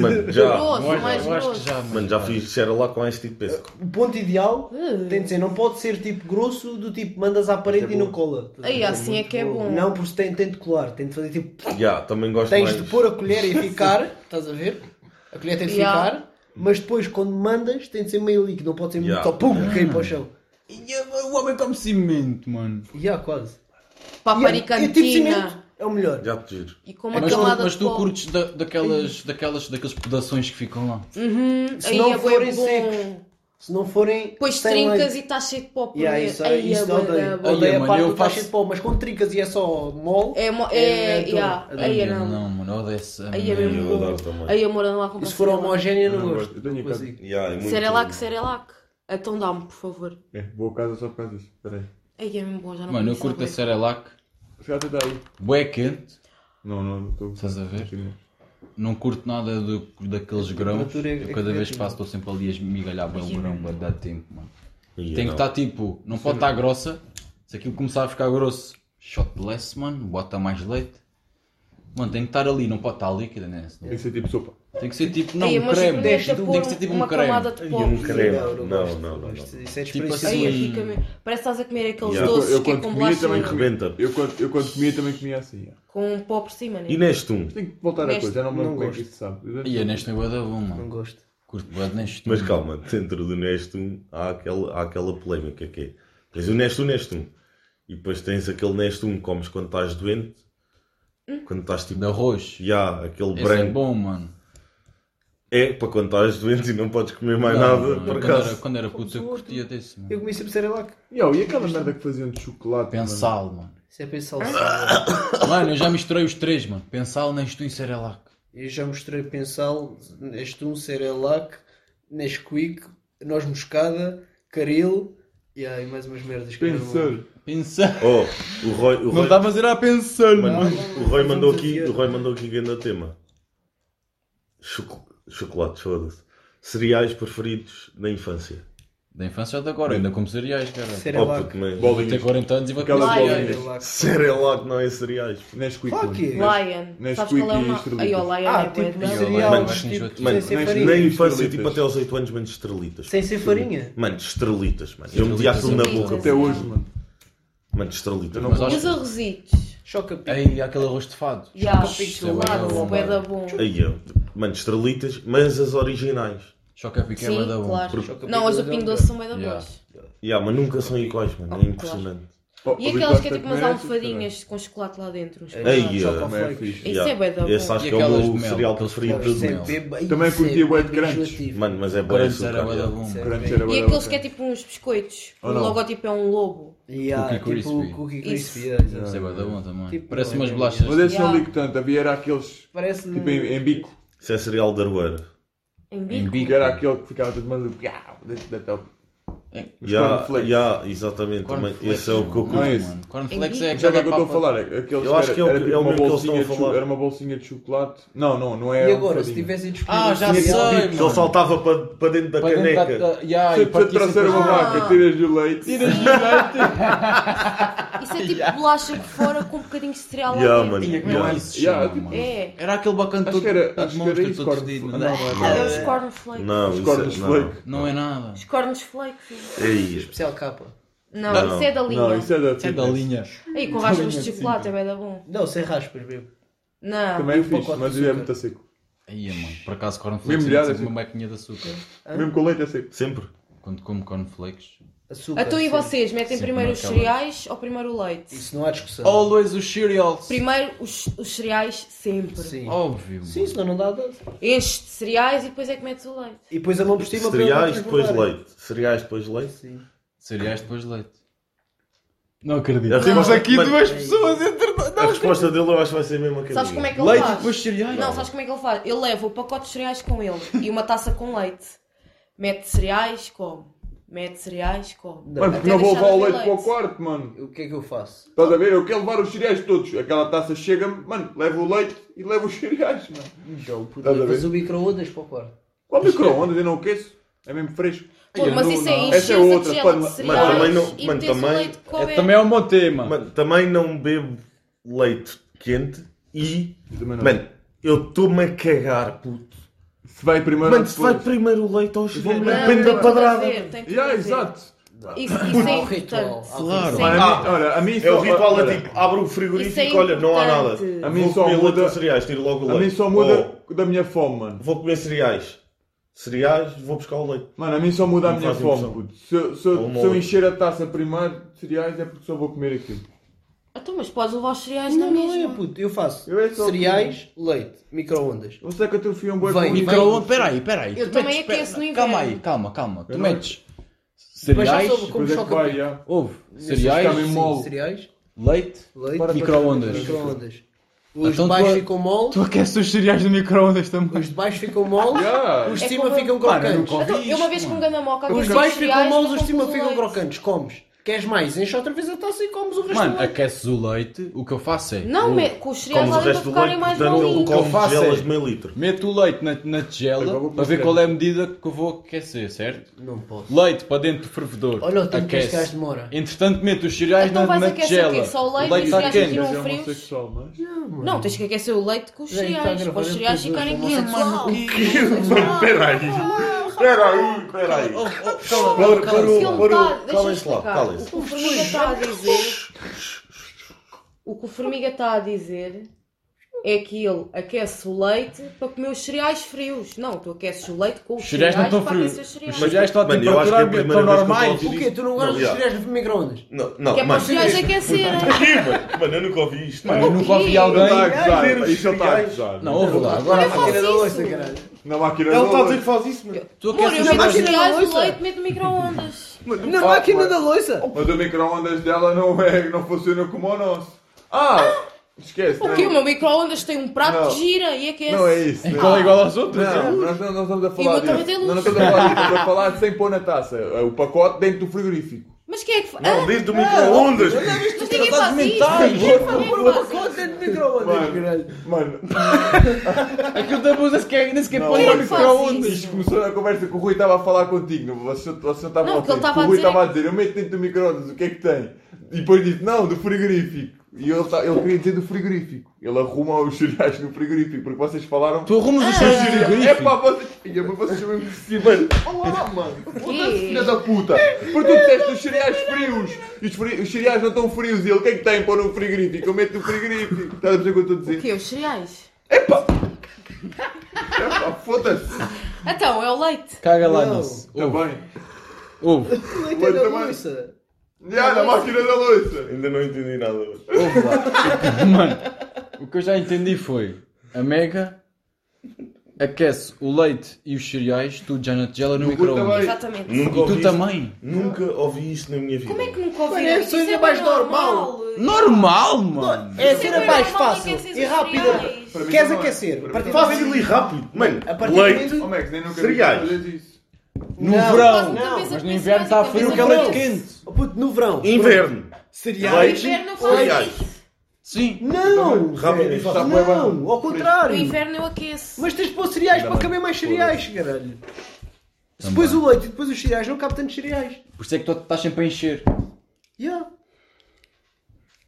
[SPEAKER 2] Mano, já,
[SPEAKER 6] Grosso, mais
[SPEAKER 3] eu acho que
[SPEAKER 6] grosso.
[SPEAKER 3] já,
[SPEAKER 2] mano, já fiz será lá com este tipo de peso.
[SPEAKER 5] O ponto ideal
[SPEAKER 6] Uh.
[SPEAKER 5] tem de ser, não pode ser tipo grosso, do tipo mandas à parede e não cola.
[SPEAKER 6] Aí, assim é que é bom.
[SPEAKER 5] Não, porque tem, tem de colar, tem de fazer tipo.
[SPEAKER 2] Já, também gosto
[SPEAKER 5] Tens
[SPEAKER 2] mais.
[SPEAKER 5] de pôr a colher e ficar, estás a ver? A colher tem de
[SPEAKER 6] Yeah.
[SPEAKER 5] ficar, mas depois quando mandas tem de ser meio líquido, não pode ser
[SPEAKER 2] Yeah.
[SPEAKER 5] muito só pum, cair para o chão.
[SPEAKER 3] O homem come cimento, mano.
[SPEAKER 5] E yeah, quase.
[SPEAKER 6] Paparicantina.
[SPEAKER 5] É o melhor.
[SPEAKER 2] Já te giro.
[SPEAKER 6] E com uma
[SPEAKER 3] Mas tu,
[SPEAKER 6] camada
[SPEAKER 3] mas
[SPEAKER 6] de
[SPEAKER 3] tu
[SPEAKER 6] pó.
[SPEAKER 3] curtes da, daquelas, daquelas, daqueles pedações que ficam lá.
[SPEAKER 6] Uhum.
[SPEAKER 5] Se
[SPEAKER 6] Aí
[SPEAKER 5] não
[SPEAKER 6] é
[SPEAKER 5] forem
[SPEAKER 6] bué bom.
[SPEAKER 5] secos. Se não forem.
[SPEAKER 6] Depois
[SPEAKER 5] sem
[SPEAKER 6] trincas
[SPEAKER 5] leite.
[SPEAKER 6] e estás cheio de pó por
[SPEAKER 5] um Yeah,
[SPEAKER 6] dentro.
[SPEAKER 5] isso,
[SPEAKER 6] Aí
[SPEAKER 5] isso
[SPEAKER 6] é bué
[SPEAKER 5] odeio.
[SPEAKER 6] da
[SPEAKER 5] Odeio
[SPEAKER 6] boa.
[SPEAKER 3] Olha,
[SPEAKER 5] a
[SPEAKER 3] mano,
[SPEAKER 5] parte
[SPEAKER 3] eu
[SPEAKER 5] do faço...
[SPEAKER 3] faço-
[SPEAKER 5] de pó, mas quando trincas e é só mole.
[SPEAKER 6] É, mo-
[SPEAKER 5] É,
[SPEAKER 6] é,
[SPEAKER 5] adoro.
[SPEAKER 6] yeah. aí é não.
[SPEAKER 3] não mano, eu odeio essa
[SPEAKER 6] Aí é
[SPEAKER 3] merda.
[SPEAKER 6] mesmo
[SPEAKER 2] Eu adoro
[SPEAKER 6] bom.
[SPEAKER 2] também.
[SPEAKER 6] Aí amor, anda lá comprar.
[SPEAKER 5] E se for homogénea, não,
[SPEAKER 4] Não
[SPEAKER 5] gosto.
[SPEAKER 4] gosto. Eu tenho
[SPEAKER 5] Não
[SPEAKER 4] em casa.
[SPEAKER 5] consigo.
[SPEAKER 2] Já, é muito...
[SPEAKER 6] Serelac, Serelac. Então dá-me, por favor.
[SPEAKER 4] É, vou a casa só por causa disso. Espera aí.
[SPEAKER 6] Aí é mesmo bom, já não
[SPEAKER 3] Mano, eu
[SPEAKER 6] consigo
[SPEAKER 3] curto a
[SPEAKER 6] saber.
[SPEAKER 3] Cerelac.
[SPEAKER 4] Se calhar está aí.
[SPEAKER 3] Bué quente.
[SPEAKER 4] Não, não, não estou.
[SPEAKER 3] Estás a ver? Não curto nada do, daqueles grãos.
[SPEAKER 5] temperatura é-
[SPEAKER 3] eu
[SPEAKER 5] é
[SPEAKER 3] cada vez que
[SPEAKER 5] criativa.
[SPEAKER 3] faço estou sempre ali a esmigalhar bem o grão, vai dar tempo, mano.
[SPEAKER 2] Já,
[SPEAKER 3] Tem que
[SPEAKER 2] não.
[SPEAKER 3] estar tipo, não pode estar grossa. Se aquilo começar a ficar grosso, shot less, mano, bota mais leite. Mano, tem que estar ali, não pode estar líquida, né? Senão-
[SPEAKER 4] Tem que ser tipo sopa.
[SPEAKER 3] Tem que ser tipo, não,
[SPEAKER 6] Aí,
[SPEAKER 3] um
[SPEAKER 6] mas
[SPEAKER 3] creme.
[SPEAKER 6] experimenta
[SPEAKER 3] Tem
[SPEAKER 6] pôr
[SPEAKER 3] que ser tipo
[SPEAKER 6] uma
[SPEAKER 3] um creme.
[SPEAKER 6] camada de
[SPEAKER 2] E
[SPEAKER 6] pó.
[SPEAKER 2] um creme.
[SPEAKER 5] Não, não
[SPEAKER 2] Não,
[SPEAKER 5] gosto,
[SPEAKER 2] não, não.
[SPEAKER 5] gosto. Isso é
[SPEAKER 3] Tipo
[SPEAKER 5] desperdício.
[SPEAKER 6] Aí
[SPEAKER 3] assim,
[SPEAKER 6] fica mesmo. Parece que estás a comer aqueles
[SPEAKER 2] Yeah.
[SPEAKER 6] doces
[SPEAKER 4] eu
[SPEAKER 6] que é
[SPEAKER 4] quando
[SPEAKER 6] com
[SPEAKER 4] comia
[SPEAKER 6] bolacha
[SPEAKER 4] também comia.
[SPEAKER 2] Rebenta.
[SPEAKER 4] Eu quando, eu quando comia também comia assim. é.
[SPEAKER 6] com um pó por cima, né?
[SPEAKER 2] E neste um?
[SPEAKER 4] Tenho que voltar à
[SPEAKER 6] Neste-
[SPEAKER 4] coisa, já não me lembro
[SPEAKER 5] não
[SPEAKER 4] como é que
[SPEAKER 5] gosto.
[SPEAKER 4] isto sabe.
[SPEAKER 3] E é neste meu da bom,
[SPEAKER 5] Não
[SPEAKER 3] mano.
[SPEAKER 5] gosto.
[SPEAKER 3] Curto bué de neste.
[SPEAKER 2] Mas calma, dentro do Nestum há aquela, há aquela polémica que é. Tens o Nestum Nestum. E depois tens aquele Nestum que comes quando estás doente. Quando estás tipo.
[SPEAKER 3] De arroz.
[SPEAKER 2] Já, aquele
[SPEAKER 3] Esse é
[SPEAKER 2] branco.
[SPEAKER 3] bom, mano.
[SPEAKER 2] É, para quando estás doente e não podes comer mais
[SPEAKER 3] Não,
[SPEAKER 2] nada,
[SPEAKER 3] mano,
[SPEAKER 2] por
[SPEAKER 3] eu
[SPEAKER 2] acaso.
[SPEAKER 3] quando era, quando era puto, eu curtia desse, mano.
[SPEAKER 5] Eu comi sempre Cerelac.
[SPEAKER 4] Yo, e aquela merda que faziam de chocolate? mano?
[SPEAKER 3] Pensal, mano.
[SPEAKER 5] Isso é para salsa.
[SPEAKER 3] Mano, eu já misturei os três, mano. Pensal, Nestum e Cerelac.
[SPEAKER 5] Eu já mostrei pensal, neste um Cerelac, Nesquik, noz moscada, caril e aí mais umas merdas que eu não-
[SPEAKER 4] Pensar.
[SPEAKER 3] Pensal.
[SPEAKER 2] Oh, o Roy, o Roy,
[SPEAKER 3] Não dá a fazer a pensar,
[SPEAKER 2] mano,
[SPEAKER 3] mano.
[SPEAKER 2] o Roy mandou aqui, o Roy mandou aqui grande tema. Choco- chocolate, foda-se. Cereais preferidos da infância.
[SPEAKER 3] Da infância ou de agora? Ainda como cereais, cara.
[SPEAKER 2] Oh,
[SPEAKER 5] Cerelac.
[SPEAKER 2] puto, mas...
[SPEAKER 3] Vou ter
[SPEAKER 4] Bolinhas.
[SPEAKER 3] 40 anos e vou
[SPEAKER 4] Aquelas
[SPEAKER 3] comer
[SPEAKER 6] Lion.
[SPEAKER 3] cereais.
[SPEAKER 4] bolinhas.
[SPEAKER 5] Cerelac.
[SPEAKER 2] Cerealac não é cereais. puto.
[SPEAKER 4] Nesquik.
[SPEAKER 5] Claro
[SPEAKER 4] mano.
[SPEAKER 5] que é.
[SPEAKER 6] Lion.
[SPEAKER 4] Nesquik
[SPEAKER 6] Sabes qual é o
[SPEAKER 4] e
[SPEAKER 6] nome?
[SPEAKER 4] estrelitas.
[SPEAKER 6] Aí, ó, Lion
[SPEAKER 5] Ah,
[SPEAKER 6] é bué
[SPEAKER 5] tipo
[SPEAKER 6] da-
[SPEAKER 5] um
[SPEAKER 3] Lion.
[SPEAKER 5] cereal,
[SPEAKER 3] Mas-
[SPEAKER 5] tipo,
[SPEAKER 2] Mano,
[SPEAKER 5] sem ser
[SPEAKER 2] nem-
[SPEAKER 5] farinha.
[SPEAKER 2] na infância,
[SPEAKER 4] Estrelitas.
[SPEAKER 2] tipo até aos 8 anos, mano, estrelitas.
[SPEAKER 5] Sem ser farinha.
[SPEAKER 6] é
[SPEAKER 2] Mano, estrelitas, mano. Eu metia aquilo na boca.
[SPEAKER 6] Estrelitas.
[SPEAKER 4] Até hoje, mano.
[SPEAKER 2] Mano, estrelita.
[SPEAKER 4] Eu não-
[SPEAKER 2] mano.
[SPEAKER 3] Mas
[SPEAKER 6] né?
[SPEAKER 3] acho
[SPEAKER 6] E os
[SPEAKER 3] que...
[SPEAKER 6] arrositos?
[SPEAKER 5] Choca-pico.
[SPEAKER 3] Aí, aquele arroz de fado.
[SPEAKER 6] Já,
[SPEAKER 3] Isso é bué da
[SPEAKER 6] lado,
[SPEAKER 3] bom,
[SPEAKER 6] bué da
[SPEAKER 3] mano.
[SPEAKER 6] bom.
[SPEAKER 2] Aí, eu- mano, estrelitas, mas as originais.
[SPEAKER 3] Choca pique é
[SPEAKER 6] Sim,
[SPEAKER 3] bué da bom.
[SPEAKER 6] claro.
[SPEAKER 5] Choca-pico
[SPEAKER 6] Não, as
[SPEAKER 5] é bué
[SPEAKER 6] do
[SPEAKER 5] da
[SPEAKER 6] Pingo
[SPEAKER 5] bom.
[SPEAKER 6] Doce são bué da
[SPEAKER 3] Yeah.
[SPEAKER 6] boas.
[SPEAKER 2] Yeah, mas nunca são iguais, mano.
[SPEAKER 6] Oh,
[SPEAKER 2] é
[SPEAKER 6] claro.
[SPEAKER 2] impressionante.
[SPEAKER 6] E aquelas que é tipo umas almofadinhas com chocolate lá dentro. uns
[SPEAKER 2] Ei, eu-
[SPEAKER 6] quadrados.
[SPEAKER 4] Também é
[SPEAKER 5] Choca-flakes.
[SPEAKER 4] fixe.
[SPEAKER 6] Isso é bué da bom.
[SPEAKER 2] Esse acho
[SPEAKER 3] E
[SPEAKER 2] que é o
[SPEAKER 3] aquelas
[SPEAKER 2] meu
[SPEAKER 3] de mel,
[SPEAKER 2] cereal
[SPEAKER 3] aqueles
[SPEAKER 2] preferido
[SPEAKER 3] flocos
[SPEAKER 2] de
[SPEAKER 3] de
[SPEAKER 2] mel.
[SPEAKER 3] mel.
[SPEAKER 5] é
[SPEAKER 4] Também curtia bué de
[SPEAKER 2] Mano, mas é boa
[SPEAKER 3] Grandes era
[SPEAKER 2] açúcar.
[SPEAKER 3] bué da
[SPEAKER 2] yeah.
[SPEAKER 3] bom.
[SPEAKER 5] Sim.
[SPEAKER 4] Grandes era bué
[SPEAKER 6] E
[SPEAKER 4] da
[SPEAKER 6] aqueles
[SPEAKER 4] bom.
[SPEAKER 6] que é tipo uns biscoitos.
[SPEAKER 4] Ou
[SPEAKER 6] o
[SPEAKER 4] não?
[SPEAKER 6] logotipo é um lobo.
[SPEAKER 5] Yeah,
[SPEAKER 3] Cookie
[SPEAKER 5] tipo
[SPEAKER 3] crispy.
[SPEAKER 5] Cookie
[SPEAKER 6] Isso.
[SPEAKER 5] Crispy. yeah, exato.
[SPEAKER 3] Isso é bué da bom também.
[SPEAKER 5] Tipo,
[SPEAKER 3] Parece
[SPEAKER 5] bué
[SPEAKER 3] umas
[SPEAKER 5] da
[SPEAKER 3] bolachas.
[SPEAKER 4] Mas esses não
[SPEAKER 6] Yeah.
[SPEAKER 4] ligo tanto, havia era aqueles
[SPEAKER 5] Parece
[SPEAKER 4] tipo em, em bico,
[SPEAKER 2] Isso é cereal de arrueira.
[SPEAKER 6] Em
[SPEAKER 3] Em
[SPEAKER 6] bico.
[SPEAKER 3] bico.
[SPEAKER 4] que era aquele que ficava todo mais dentro da top.
[SPEAKER 2] É.
[SPEAKER 3] Hein?
[SPEAKER 4] Os
[SPEAKER 2] Yeah,
[SPEAKER 4] cornflakes.
[SPEAKER 2] yeah, exatamente. também.
[SPEAKER 3] Cornflakes,
[SPEAKER 2] Esse é o que eu
[SPEAKER 3] mano.
[SPEAKER 4] Não
[SPEAKER 2] curto.
[SPEAKER 4] é
[SPEAKER 3] Mano,
[SPEAKER 4] isso.
[SPEAKER 3] Cornflakes
[SPEAKER 6] Em
[SPEAKER 3] é
[SPEAKER 4] Já o que é
[SPEAKER 3] aquela
[SPEAKER 4] que eu estou a
[SPEAKER 3] papa.
[SPEAKER 4] falar? é Aqueles
[SPEAKER 2] Eu acho que é o
[SPEAKER 4] era
[SPEAKER 2] que-
[SPEAKER 4] tipo
[SPEAKER 2] é o
[SPEAKER 4] uma
[SPEAKER 2] mesmo que eles
[SPEAKER 4] bolsinha
[SPEAKER 2] estão a
[SPEAKER 4] de cho-
[SPEAKER 2] falar.
[SPEAKER 4] Era uma bolsinha de chocolate. Não, não, não é.
[SPEAKER 5] E
[SPEAKER 4] uma
[SPEAKER 5] agora, se
[SPEAKER 4] almofadinha.
[SPEAKER 5] tivessem disponível.
[SPEAKER 3] Ah, já sei,
[SPEAKER 2] Que ele
[SPEAKER 3] mano.
[SPEAKER 2] saltava para, para dentro da
[SPEAKER 3] Para dentro
[SPEAKER 2] caneca.
[SPEAKER 3] da- da- Ya,
[SPEAKER 4] Se
[SPEAKER 3] e
[SPEAKER 4] te
[SPEAKER 3] partia
[SPEAKER 4] trouxer
[SPEAKER 3] sempre-
[SPEAKER 4] Tipo, uma vaca, tiras do leite. Tiras do leite.
[SPEAKER 6] Isso é tipo bolacha de fora com um bocadinho de cereal
[SPEAKER 2] Yeah,
[SPEAKER 6] lá
[SPEAKER 2] mano.
[SPEAKER 6] dentro.
[SPEAKER 3] Tinha que
[SPEAKER 2] Yeah.
[SPEAKER 3] comer isso,
[SPEAKER 4] Yeah,
[SPEAKER 3] mano.
[SPEAKER 4] tipo-
[SPEAKER 6] É.
[SPEAKER 3] Era aquele bacana
[SPEAKER 4] Acho
[SPEAKER 3] todo.
[SPEAKER 4] que era,
[SPEAKER 3] todo
[SPEAKER 4] acho que era
[SPEAKER 3] monstro, todo
[SPEAKER 4] isso. corn-
[SPEAKER 3] fedido,
[SPEAKER 4] Não,
[SPEAKER 3] mano.
[SPEAKER 4] não
[SPEAKER 6] É
[SPEAKER 4] é.
[SPEAKER 6] os cornflakes.
[SPEAKER 2] Não,
[SPEAKER 4] Os
[SPEAKER 2] isso
[SPEAKER 4] cornos
[SPEAKER 2] é, não. É
[SPEAKER 4] flake.
[SPEAKER 3] Não é nada.
[SPEAKER 6] Os cornflakes.
[SPEAKER 2] Ei,
[SPEAKER 5] Especial capa.
[SPEAKER 6] Não,
[SPEAKER 2] Não.
[SPEAKER 6] isso é da linha.
[SPEAKER 4] Não, isso é da
[SPEAKER 3] Isso é da
[SPEAKER 4] fitness.
[SPEAKER 3] linha.
[SPEAKER 6] Aí com raspas de chocolate é bué da bom.
[SPEAKER 5] Não, sem raspas mesmo.
[SPEAKER 6] Não.
[SPEAKER 4] Também é fixe,
[SPEAKER 5] pacote
[SPEAKER 4] mas
[SPEAKER 5] de
[SPEAKER 4] é
[SPEAKER 5] açúcar.
[SPEAKER 4] muito seco.
[SPEAKER 3] Aí, mano. Por acaso, cornflakes
[SPEAKER 4] Mesmo
[SPEAKER 3] é
[SPEAKER 4] molhado,
[SPEAKER 3] sempre
[SPEAKER 4] assim.
[SPEAKER 3] uma maquinha de açúcar.
[SPEAKER 4] Mesmo com leite é seco.
[SPEAKER 2] sempre.
[SPEAKER 3] Quando como cornflakes.
[SPEAKER 5] Açúcar.
[SPEAKER 6] Então e
[SPEAKER 5] assim? sim.
[SPEAKER 6] vocês? Metem
[SPEAKER 3] Sempre
[SPEAKER 6] primeiro os
[SPEAKER 3] naquela-
[SPEAKER 6] cereais ou primeiro o leite?
[SPEAKER 5] Isso não há discussão.
[SPEAKER 3] Always os cereals.
[SPEAKER 6] Primeiro os, os cereais sempre.
[SPEAKER 5] Sim.
[SPEAKER 3] Óbvio.
[SPEAKER 5] Sim, senão não dá dança.
[SPEAKER 6] Este cereais e depois é que metes o leite.
[SPEAKER 5] E depois a mão por cima para
[SPEAKER 2] Cereais,
[SPEAKER 5] não
[SPEAKER 2] depois
[SPEAKER 5] transbordar.
[SPEAKER 2] leite. Cereais, depois leite.
[SPEAKER 5] Sim.
[SPEAKER 3] Cereais depois leite. Não acredito.
[SPEAKER 2] A
[SPEAKER 6] Temos
[SPEAKER 2] resposta- mano,
[SPEAKER 3] pessoas entre
[SPEAKER 2] A resposta dele eu acho que vai ser a mesma que a
[SPEAKER 6] Sabes
[SPEAKER 2] minha.
[SPEAKER 6] como é que ele
[SPEAKER 3] Leite e
[SPEAKER 6] faz?
[SPEAKER 3] depois cereais?
[SPEAKER 6] Não, sabes como é que ele faz? Ele leva o pacote de cereais com ele e uma taça com leite. Mete cereais, come. Mete cereais, come.
[SPEAKER 5] Não.
[SPEAKER 4] Mano, porque não
[SPEAKER 6] Até
[SPEAKER 4] vou levar o
[SPEAKER 6] deixar de
[SPEAKER 4] leite
[SPEAKER 6] ter
[SPEAKER 4] para o
[SPEAKER 6] leite.
[SPEAKER 4] quarto, mano.
[SPEAKER 5] O que é que eu faço?
[SPEAKER 4] Estás a ver? Eu quero levar os cereais todos. Aquela taça chega-me, mano, levo o leite e levo os cereais, mano.
[SPEAKER 5] Então, puto,
[SPEAKER 4] Estás a ver?
[SPEAKER 5] levas o micro-ondas para o quarto.
[SPEAKER 4] Qual micro-ondas? Eu não aqueço. É mesmo fresco.
[SPEAKER 6] Pô, mas
[SPEAKER 3] Não,
[SPEAKER 6] isso
[SPEAKER 3] não.
[SPEAKER 6] é
[SPEAKER 4] Essa é
[SPEAKER 6] encher
[SPEAKER 4] outra,
[SPEAKER 6] a
[SPEAKER 4] pode-
[SPEAKER 6] tigela de
[SPEAKER 4] mas
[SPEAKER 6] cereais
[SPEAKER 2] também não-
[SPEAKER 6] e
[SPEAKER 2] mano,
[SPEAKER 6] meter o
[SPEAKER 2] também-
[SPEAKER 6] leite que couber.
[SPEAKER 3] Também é um bom tema.
[SPEAKER 2] Mano, também não bebo leite quente e.
[SPEAKER 4] Eu também não.
[SPEAKER 2] Mano, eu estou-me a cagar, puto.
[SPEAKER 4] Se vai primeiro
[SPEAKER 2] Mano,
[SPEAKER 4] ou
[SPEAKER 2] se vai
[SPEAKER 4] depois?
[SPEAKER 2] primeiro o leite ou os
[SPEAKER 4] Vou-
[SPEAKER 2] cereais,
[SPEAKER 6] Não,
[SPEAKER 2] mano,
[SPEAKER 6] tem
[SPEAKER 2] um depende da
[SPEAKER 6] tudo a
[SPEAKER 2] padrada.
[SPEAKER 6] ver, tem tudo a
[SPEAKER 4] Yeah,
[SPEAKER 6] ver.
[SPEAKER 4] exato.
[SPEAKER 6] Isso, isso é
[SPEAKER 5] Há um ritual,
[SPEAKER 6] importante.
[SPEAKER 5] há um
[SPEAKER 3] Claro.
[SPEAKER 6] Sim.
[SPEAKER 4] Mano, a mim, olha, a mim só...
[SPEAKER 2] É o ritual
[SPEAKER 4] olha,
[SPEAKER 2] é tipo, abro o
[SPEAKER 6] Isso é
[SPEAKER 2] frigorífico, olha, não há nada.
[SPEAKER 6] importante.
[SPEAKER 4] A mim
[SPEAKER 2] vou
[SPEAKER 4] só
[SPEAKER 2] comer leite
[SPEAKER 4] muda-
[SPEAKER 2] ou cereais, tiro logo o
[SPEAKER 4] A
[SPEAKER 2] leite.
[SPEAKER 4] mim só
[SPEAKER 2] Ou
[SPEAKER 4] muda da minha fome, mano.
[SPEAKER 2] vou comer cereais. Cereais, vou buscar o leite.
[SPEAKER 4] Mano, a mim só muda a
[SPEAKER 2] Não
[SPEAKER 4] minha
[SPEAKER 2] faz
[SPEAKER 4] fome,
[SPEAKER 2] impressão.
[SPEAKER 4] puto. Se, eu- se eu-
[SPEAKER 2] Ou uma
[SPEAKER 4] se eu
[SPEAKER 2] outra.
[SPEAKER 4] encher a taça primeiro de cereais é porque só vou comer aquilo.
[SPEAKER 6] Então, mas podes levar os cereais na
[SPEAKER 5] Não, não é,
[SPEAKER 6] mesma.
[SPEAKER 5] puto. Eu faço
[SPEAKER 4] Eu é só-
[SPEAKER 5] cereais, leite, micro-ondas.
[SPEAKER 4] Eu sei que atrofiam um bué
[SPEAKER 5] Vem,
[SPEAKER 4] com isso.
[SPEAKER 3] Micro-ondas, peraí, peraí.
[SPEAKER 6] Eu
[SPEAKER 3] Tu
[SPEAKER 6] também
[SPEAKER 3] metes-
[SPEAKER 6] aqueço
[SPEAKER 3] pera-
[SPEAKER 6] no
[SPEAKER 3] Calma
[SPEAKER 6] inverno.
[SPEAKER 3] aí, calma, calma. Tu
[SPEAKER 4] Eu não-
[SPEAKER 3] metes
[SPEAKER 5] Mas já
[SPEAKER 3] cereais,
[SPEAKER 5] soube como
[SPEAKER 4] Depois é que vai,
[SPEAKER 5] choca-pico.
[SPEAKER 4] já.
[SPEAKER 3] ovo,
[SPEAKER 4] ficar
[SPEAKER 3] cereais,
[SPEAKER 4] mesmo-
[SPEAKER 5] Sim,
[SPEAKER 4] mole.
[SPEAKER 5] Cereais,
[SPEAKER 3] leite,
[SPEAKER 5] leite,
[SPEAKER 3] micro-ondas.
[SPEAKER 5] micro-ondas. Os
[SPEAKER 3] Então
[SPEAKER 5] de baixo
[SPEAKER 3] tu-
[SPEAKER 5] ficam mole,
[SPEAKER 3] Tu aqueces os cereais no micro-ondas também.
[SPEAKER 5] os de baixo ficam mole,
[SPEAKER 4] Já.
[SPEAKER 5] os de
[SPEAKER 6] É
[SPEAKER 5] cima
[SPEAKER 6] como-
[SPEAKER 5] ficam
[SPEAKER 3] Mano, eu
[SPEAKER 5] crocantes.
[SPEAKER 3] nunca ouvi
[SPEAKER 6] Então, eu uma vez
[SPEAKER 3] isto,
[SPEAKER 6] com um
[SPEAKER 3] mano.
[SPEAKER 6] ganamoca
[SPEAKER 5] Os
[SPEAKER 6] aqueço
[SPEAKER 5] de baixo
[SPEAKER 6] cereais,
[SPEAKER 5] ficam moles, os
[SPEAKER 6] depois
[SPEAKER 5] de cima
[SPEAKER 6] com
[SPEAKER 5] ficam
[SPEAKER 6] leite.
[SPEAKER 5] crocantes. Comes. Queres mais? Enche outra vez a taça e comes o resto
[SPEAKER 3] Mano,
[SPEAKER 5] do leite.
[SPEAKER 3] aqueces o leite, o que eu faço é.
[SPEAKER 6] Não,
[SPEAKER 3] eu
[SPEAKER 6] me- com os cereais
[SPEAKER 2] Comes
[SPEAKER 6] lá
[SPEAKER 2] o resto
[SPEAKER 6] dentro para
[SPEAKER 2] do
[SPEAKER 6] ficarem
[SPEAKER 2] leite, um
[SPEAKER 6] mais
[SPEAKER 2] portanto ele
[SPEAKER 6] molinhos.
[SPEAKER 3] com-
[SPEAKER 2] come
[SPEAKER 3] Faço
[SPEAKER 2] gelas
[SPEAKER 3] é-
[SPEAKER 2] de meio litro.
[SPEAKER 3] Meto o leite na, na
[SPEAKER 4] Agora
[SPEAKER 3] tigela
[SPEAKER 4] vou
[SPEAKER 3] para ver
[SPEAKER 4] comer.
[SPEAKER 3] qual é a medida que eu vou aquecer, certo?
[SPEAKER 5] Não posso.
[SPEAKER 3] Leite para dentro do fervedor.
[SPEAKER 5] Olha o tempo que este
[SPEAKER 3] aquece.
[SPEAKER 5] gajo demora.
[SPEAKER 3] Entretanto, meto os cereais
[SPEAKER 6] Então
[SPEAKER 3] na,
[SPEAKER 6] vais
[SPEAKER 3] na
[SPEAKER 6] aquecer o quê?
[SPEAKER 3] tigela.
[SPEAKER 6] Só o leite tá e os
[SPEAKER 3] está
[SPEAKER 6] cereais
[SPEAKER 3] quente.
[SPEAKER 6] tiram
[SPEAKER 4] Mas é
[SPEAKER 6] frios.
[SPEAKER 4] homossexual, mas...
[SPEAKER 6] Não, tens que aquecer o leite com os
[SPEAKER 5] Gente, tá
[SPEAKER 6] cereais. Para os
[SPEAKER 5] gravando
[SPEAKER 6] cereais
[SPEAKER 5] tudo,
[SPEAKER 6] ficarem
[SPEAKER 5] vamos
[SPEAKER 6] consensual.
[SPEAKER 2] Peraí, peraí, peraí. Para- para
[SPEAKER 6] O é que
[SPEAKER 2] o-
[SPEAKER 6] ele
[SPEAKER 2] para o-
[SPEAKER 6] está... Deixa eu
[SPEAKER 2] Calem-se lá,
[SPEAKER 6] explicar. O
[SPEAKER 2] calem-se.
[SPEAKER 6] que o Formiga está a dizer... O que o Formiga está a dizer é que ele aquece o leite para comer os cereais frios. Não, tu aqueces o leite com os
[SPEAKER 3] Os cereais
[SPEAKER 6] cereais
[SPEAKER 3] não estão
[SPEAKER 6] para
[SPEAKER 3] frios.
[SPEAKER 6] aquecer os
[SPEAKER 3] Os
[SPEAKER 6] cereais.
[SPEAKER 3] cereais estão a
[SPEAKER 2] Mano, eu acho que é
[SPEAKER 3] temperatura
[SPEAKER 2] a
[SPEAKER 3] ambiente,
[SPEAKER 2] primeira
[SPEAKER 3] estão
[SPEAKER 2] vez que eu estou a
[SPEAKER 3] normais.
[SPEAKER 2] ouvir
[SPEAKER 5] O quê? Tu não gostas
[SPEAKER 2] Não,
[SPEAKER 5] dos
[SPEAKER 2] já.
[SPEAKER 5] cereais de micro-ondas?
[SPEAKER 2] Não, não,
[SPEAKER 6] Que é para
[SPEAKER 2] mano.
[SPEAKER 6] os cereais aquecerem.
[SPEAKER 2] Ih, mano, Mano, é eu nunca ouvi isto.
[SPEAKER 3] Mano, eu nunca
[SPEAKER 6] O
[SPEAKER 3] ouvi
[SPEAKER 6] quê?
[SPEAKER 4] Não está a
[SPEAKER 3] alguém...
[SPEAKER 4] gozar,
[SPEAKER 2] Meter os
[SPEAKER 4] isso ele tá está a
[SPEAKER 2] cereais.
[SPEAKER 4] gozar.
[SPEAKER 3] Não, ouve lá. Agora
[SPEAKER 5] Agora a máquina da
[SPEAKER 6] faço é isso.
[SPEAKER 5] louça, caralho.
[SPEAKER 4] Na máquina
[SPEAKER 2] Ele está a
[SPEAKER 4] do
[SPEAKER 2] dizer
[SPEAKER 4] leite.
[SPEAKER 2] que faz isso, mano.
[SPEAKER 3] tu
[SPEAKER 6] Amor, eu
[SPEAKER 3] aqueces os
[SPEAKER 6] meto os
[SPEAKER 3] cereais.
[SPEAKER 6] cereais
[SPEAKER 5] louça.
[SPEAKER 6] do leite, meto no micro-ondas.
[SPEAKER 5] Na
[SPEAKER 4] Ah, é
[SPEAKER 5] máquina da louça!
[SPEAKER 4] Mas o micro-ondas dela não é... Não funciona como o nosso. Ah! Esquece.
[SPEAKER 6] O
[SPEAKER 4] não.
[SPEAKER 6] quê? O meu micro-ondas tem um prato
[SPEAKER 4] Não.
[SPEAKER 6] que assim. gira e aquece.
[SPEAKER 4] Não é isso. não.
[SPEAKER 3] Qual é igual aos outros?
[SPEAKER 4] Não, nós não, não estamos a falar
[SPEAKER 6] meu também
[SPEAKER 4] disso.
[SPEAKER 6] tem
[SPEAKER 4] Não,
[SPEAKER 6] luz.
[SPEAKER 4] não estamos a falar disso. Estamos a falar sem pôr na taça. É O pacote dentro do frigorífico.
[SPEAKER 6] Mas quem é que faz?
[SPEAKER 5] Ah,
[SPEAKER 2] Não, desde o micro-ondas.
[SPEAKER 6] Mas ninguém faz
[SPEAKER 3] mentais.
[SPEAKER 6] isso. Ninguém faz- ninguém faz isso.
[SPEAKER 5] Conta de micro-ondas, caralho.
[SPEAKER 4] Mano,
[SPEAKER 3] Aquilo da blusa sequer nem sequer
[SPEAKER 4] Não.
[SPEAKER 3] põe
[SPEAKER 4] Quem
[SPEAKER 3] no
[SPEAKER 4] é que
[SPEAKER 6] faz
[SPEAKER 3] micro-ondas.
[SPEAKER 6] isso?
[SPEAKER 4] começou a conversa que o Rui estava a falar contigo. Não, você, você não estava
[SPEAKER 6] Não,
[SPEAKER 4] a
[SPEAKER 6] o que
[SPEAKER 4] ouvir.
[SPEAKER 6] ele estava
[SPEAKER 4] O
[SPEAKER 6] a
[SPEAKER 4] Rui
[SPEAKER 6] dizer é
[SPEAKER 4] estava a dizer: eu meto dentro do micro-ondas, o que é que tem? E depois disse, não, do frigorífico. E ele, tá- ele queria dizer do frigorífico. Ele arruma os cereais no frigorífico, porque vocês falaram...
[SPEAKER 3] Tu arrumas os teus
[SPEAKER 4] É
[SPEAKER 3] frigoríficos.
[SPEAKER 4] pá, vocês... Ia, mas vocês chamam-me de si, mano. Olá, mano. Puta, filha da puta. Porque tu disseste os cereais frios. E os, fri- os cereais não estão frios. E ele, o que é que tem pôr no frigorífico? Eu meto no frigorífico. Estás a perceber o que eu estou a
[SPEAKER 6] O
[SPEAKER 4] dizer?
[SPEAKER 6] quê? Os cereais?
[SPEAKER 4] É pá, foda-se.
[SPEAKER 6] Então, é o leite.
[SPEAKER 3] Caga lá
[SPEAKER 5] Não.
[SPEAKER 3] nisso.
[SPEAKER 4] Tá
[SPEAKER 3] Ouve,
[SPEAKER 4] bem.
[SPEAKER 3] ouve,
[SPEAKER 5] Leite
[SPEAKER 4] Mas
[SPEAKER 5] era
[SPEAKER 4] também-
[SPEAKER 5] louça.
[SPEAKER 4] Já, na máquina da louça.
[SPEAKER 2] Ainda não entendi nada.
[SPEAKER 3] ouve lá. Mano, o que eu já entendi foi: a Mega aquece o leite e os cereais, tudo já na tigela no microondas.
[SPEAKER 6] Exatamente.
[SPEAKER 2] Nunca
[SPEAKER 3] E
[SPEAKER 2] ouvi
[SPEAKER 3] tu
[SPEAKER 2] isto-
[SPEAKER 3] também.
[SPEAKER 2] Nunca ouvi isto na minha vida.
[SPEAKER 6] Como é que nunca ouviram?
[SPEAKER 5] Mano, é a
[SPEAKER 6] Isso
[SPEAKER 5] coisa
[SPEAKER 6] bem
[SPEAKER 5] mais normal.
[SPEAKER 3] Normal, mano.
[SPEAKER 5] É a
[SPEAKER 6] Isso
[SPEAKER 5] cena
[SPEAKER 6] bem
[SPEAKER 5] mais
[SPEAKER 6] normal,
[SPEAKER 5] fácil
[SPEAKER 6] aquecer os
[SPEAKER 5] e rápida.
[SPEAKER 6] cereais.
[SPEAKER 4] Para mim
[SPEAKER 5] Queres
[SPEAKER 4] não é.
[SPEAKER 5] aquecer?
[SPEAKER 4] Para
[SPEAKER 5] A
[SPEAKER 4] mim
[SPEAKER 5] partir do
[SPEAKER 4] não é.
[SPEAKER 2] Fácil e rápido. Mano,
[SPEAKER 5] A partir do
[SPEAKER 2] leite.
[SPEAKER 5] momento.
[SPEAKER 4] Oh, Max, nem nunca
[SPEAKER 2] Cereais.
[SPEAKER 4] vi que tu fazes isso.
[SPEAKER 3] No
[SPEAKER 5] Não,
[SPEAKER 3] verão.
[SPEAKER 5] não.
[SPEAKER 3] Mas no inverno está frio que é
[SPEAKER 5] Não.
[SPEAKER 3] leite quente.
[SPEAKER 5] Oh, puto, no verão.
[SPEAKER 2] Inverno.
[SPEAKER 5] Cereais.
[SPEAKER 2] Leite.
[SPEAKER 6] No inverno eu
[SPEAKER 2] Cereais.
[SPEAKER 6] faço isso.
[SPEAKER 3] Sim.
[SPEAKER 5] Não!
[SPEAKER 2] Rápido
[SPEAKER 5] Zé,
[SPEAKER 2] e fácil.
[SPEAKER 5] Não, ao
[SPEAKER 6] No
[SPEAKER 5] contrário.
[SPEAKER 6] inverno eu aqueço.
[SPEAKER 5] Mas tens de pôr cereais para caber mais cereais, caralho. Se depois o leite e depois os cereais, não cabe tantos cereais.
[SPEAKER 3] Por isso é que tu estás sempre a encher.
[SPEAKER 5] Yeah.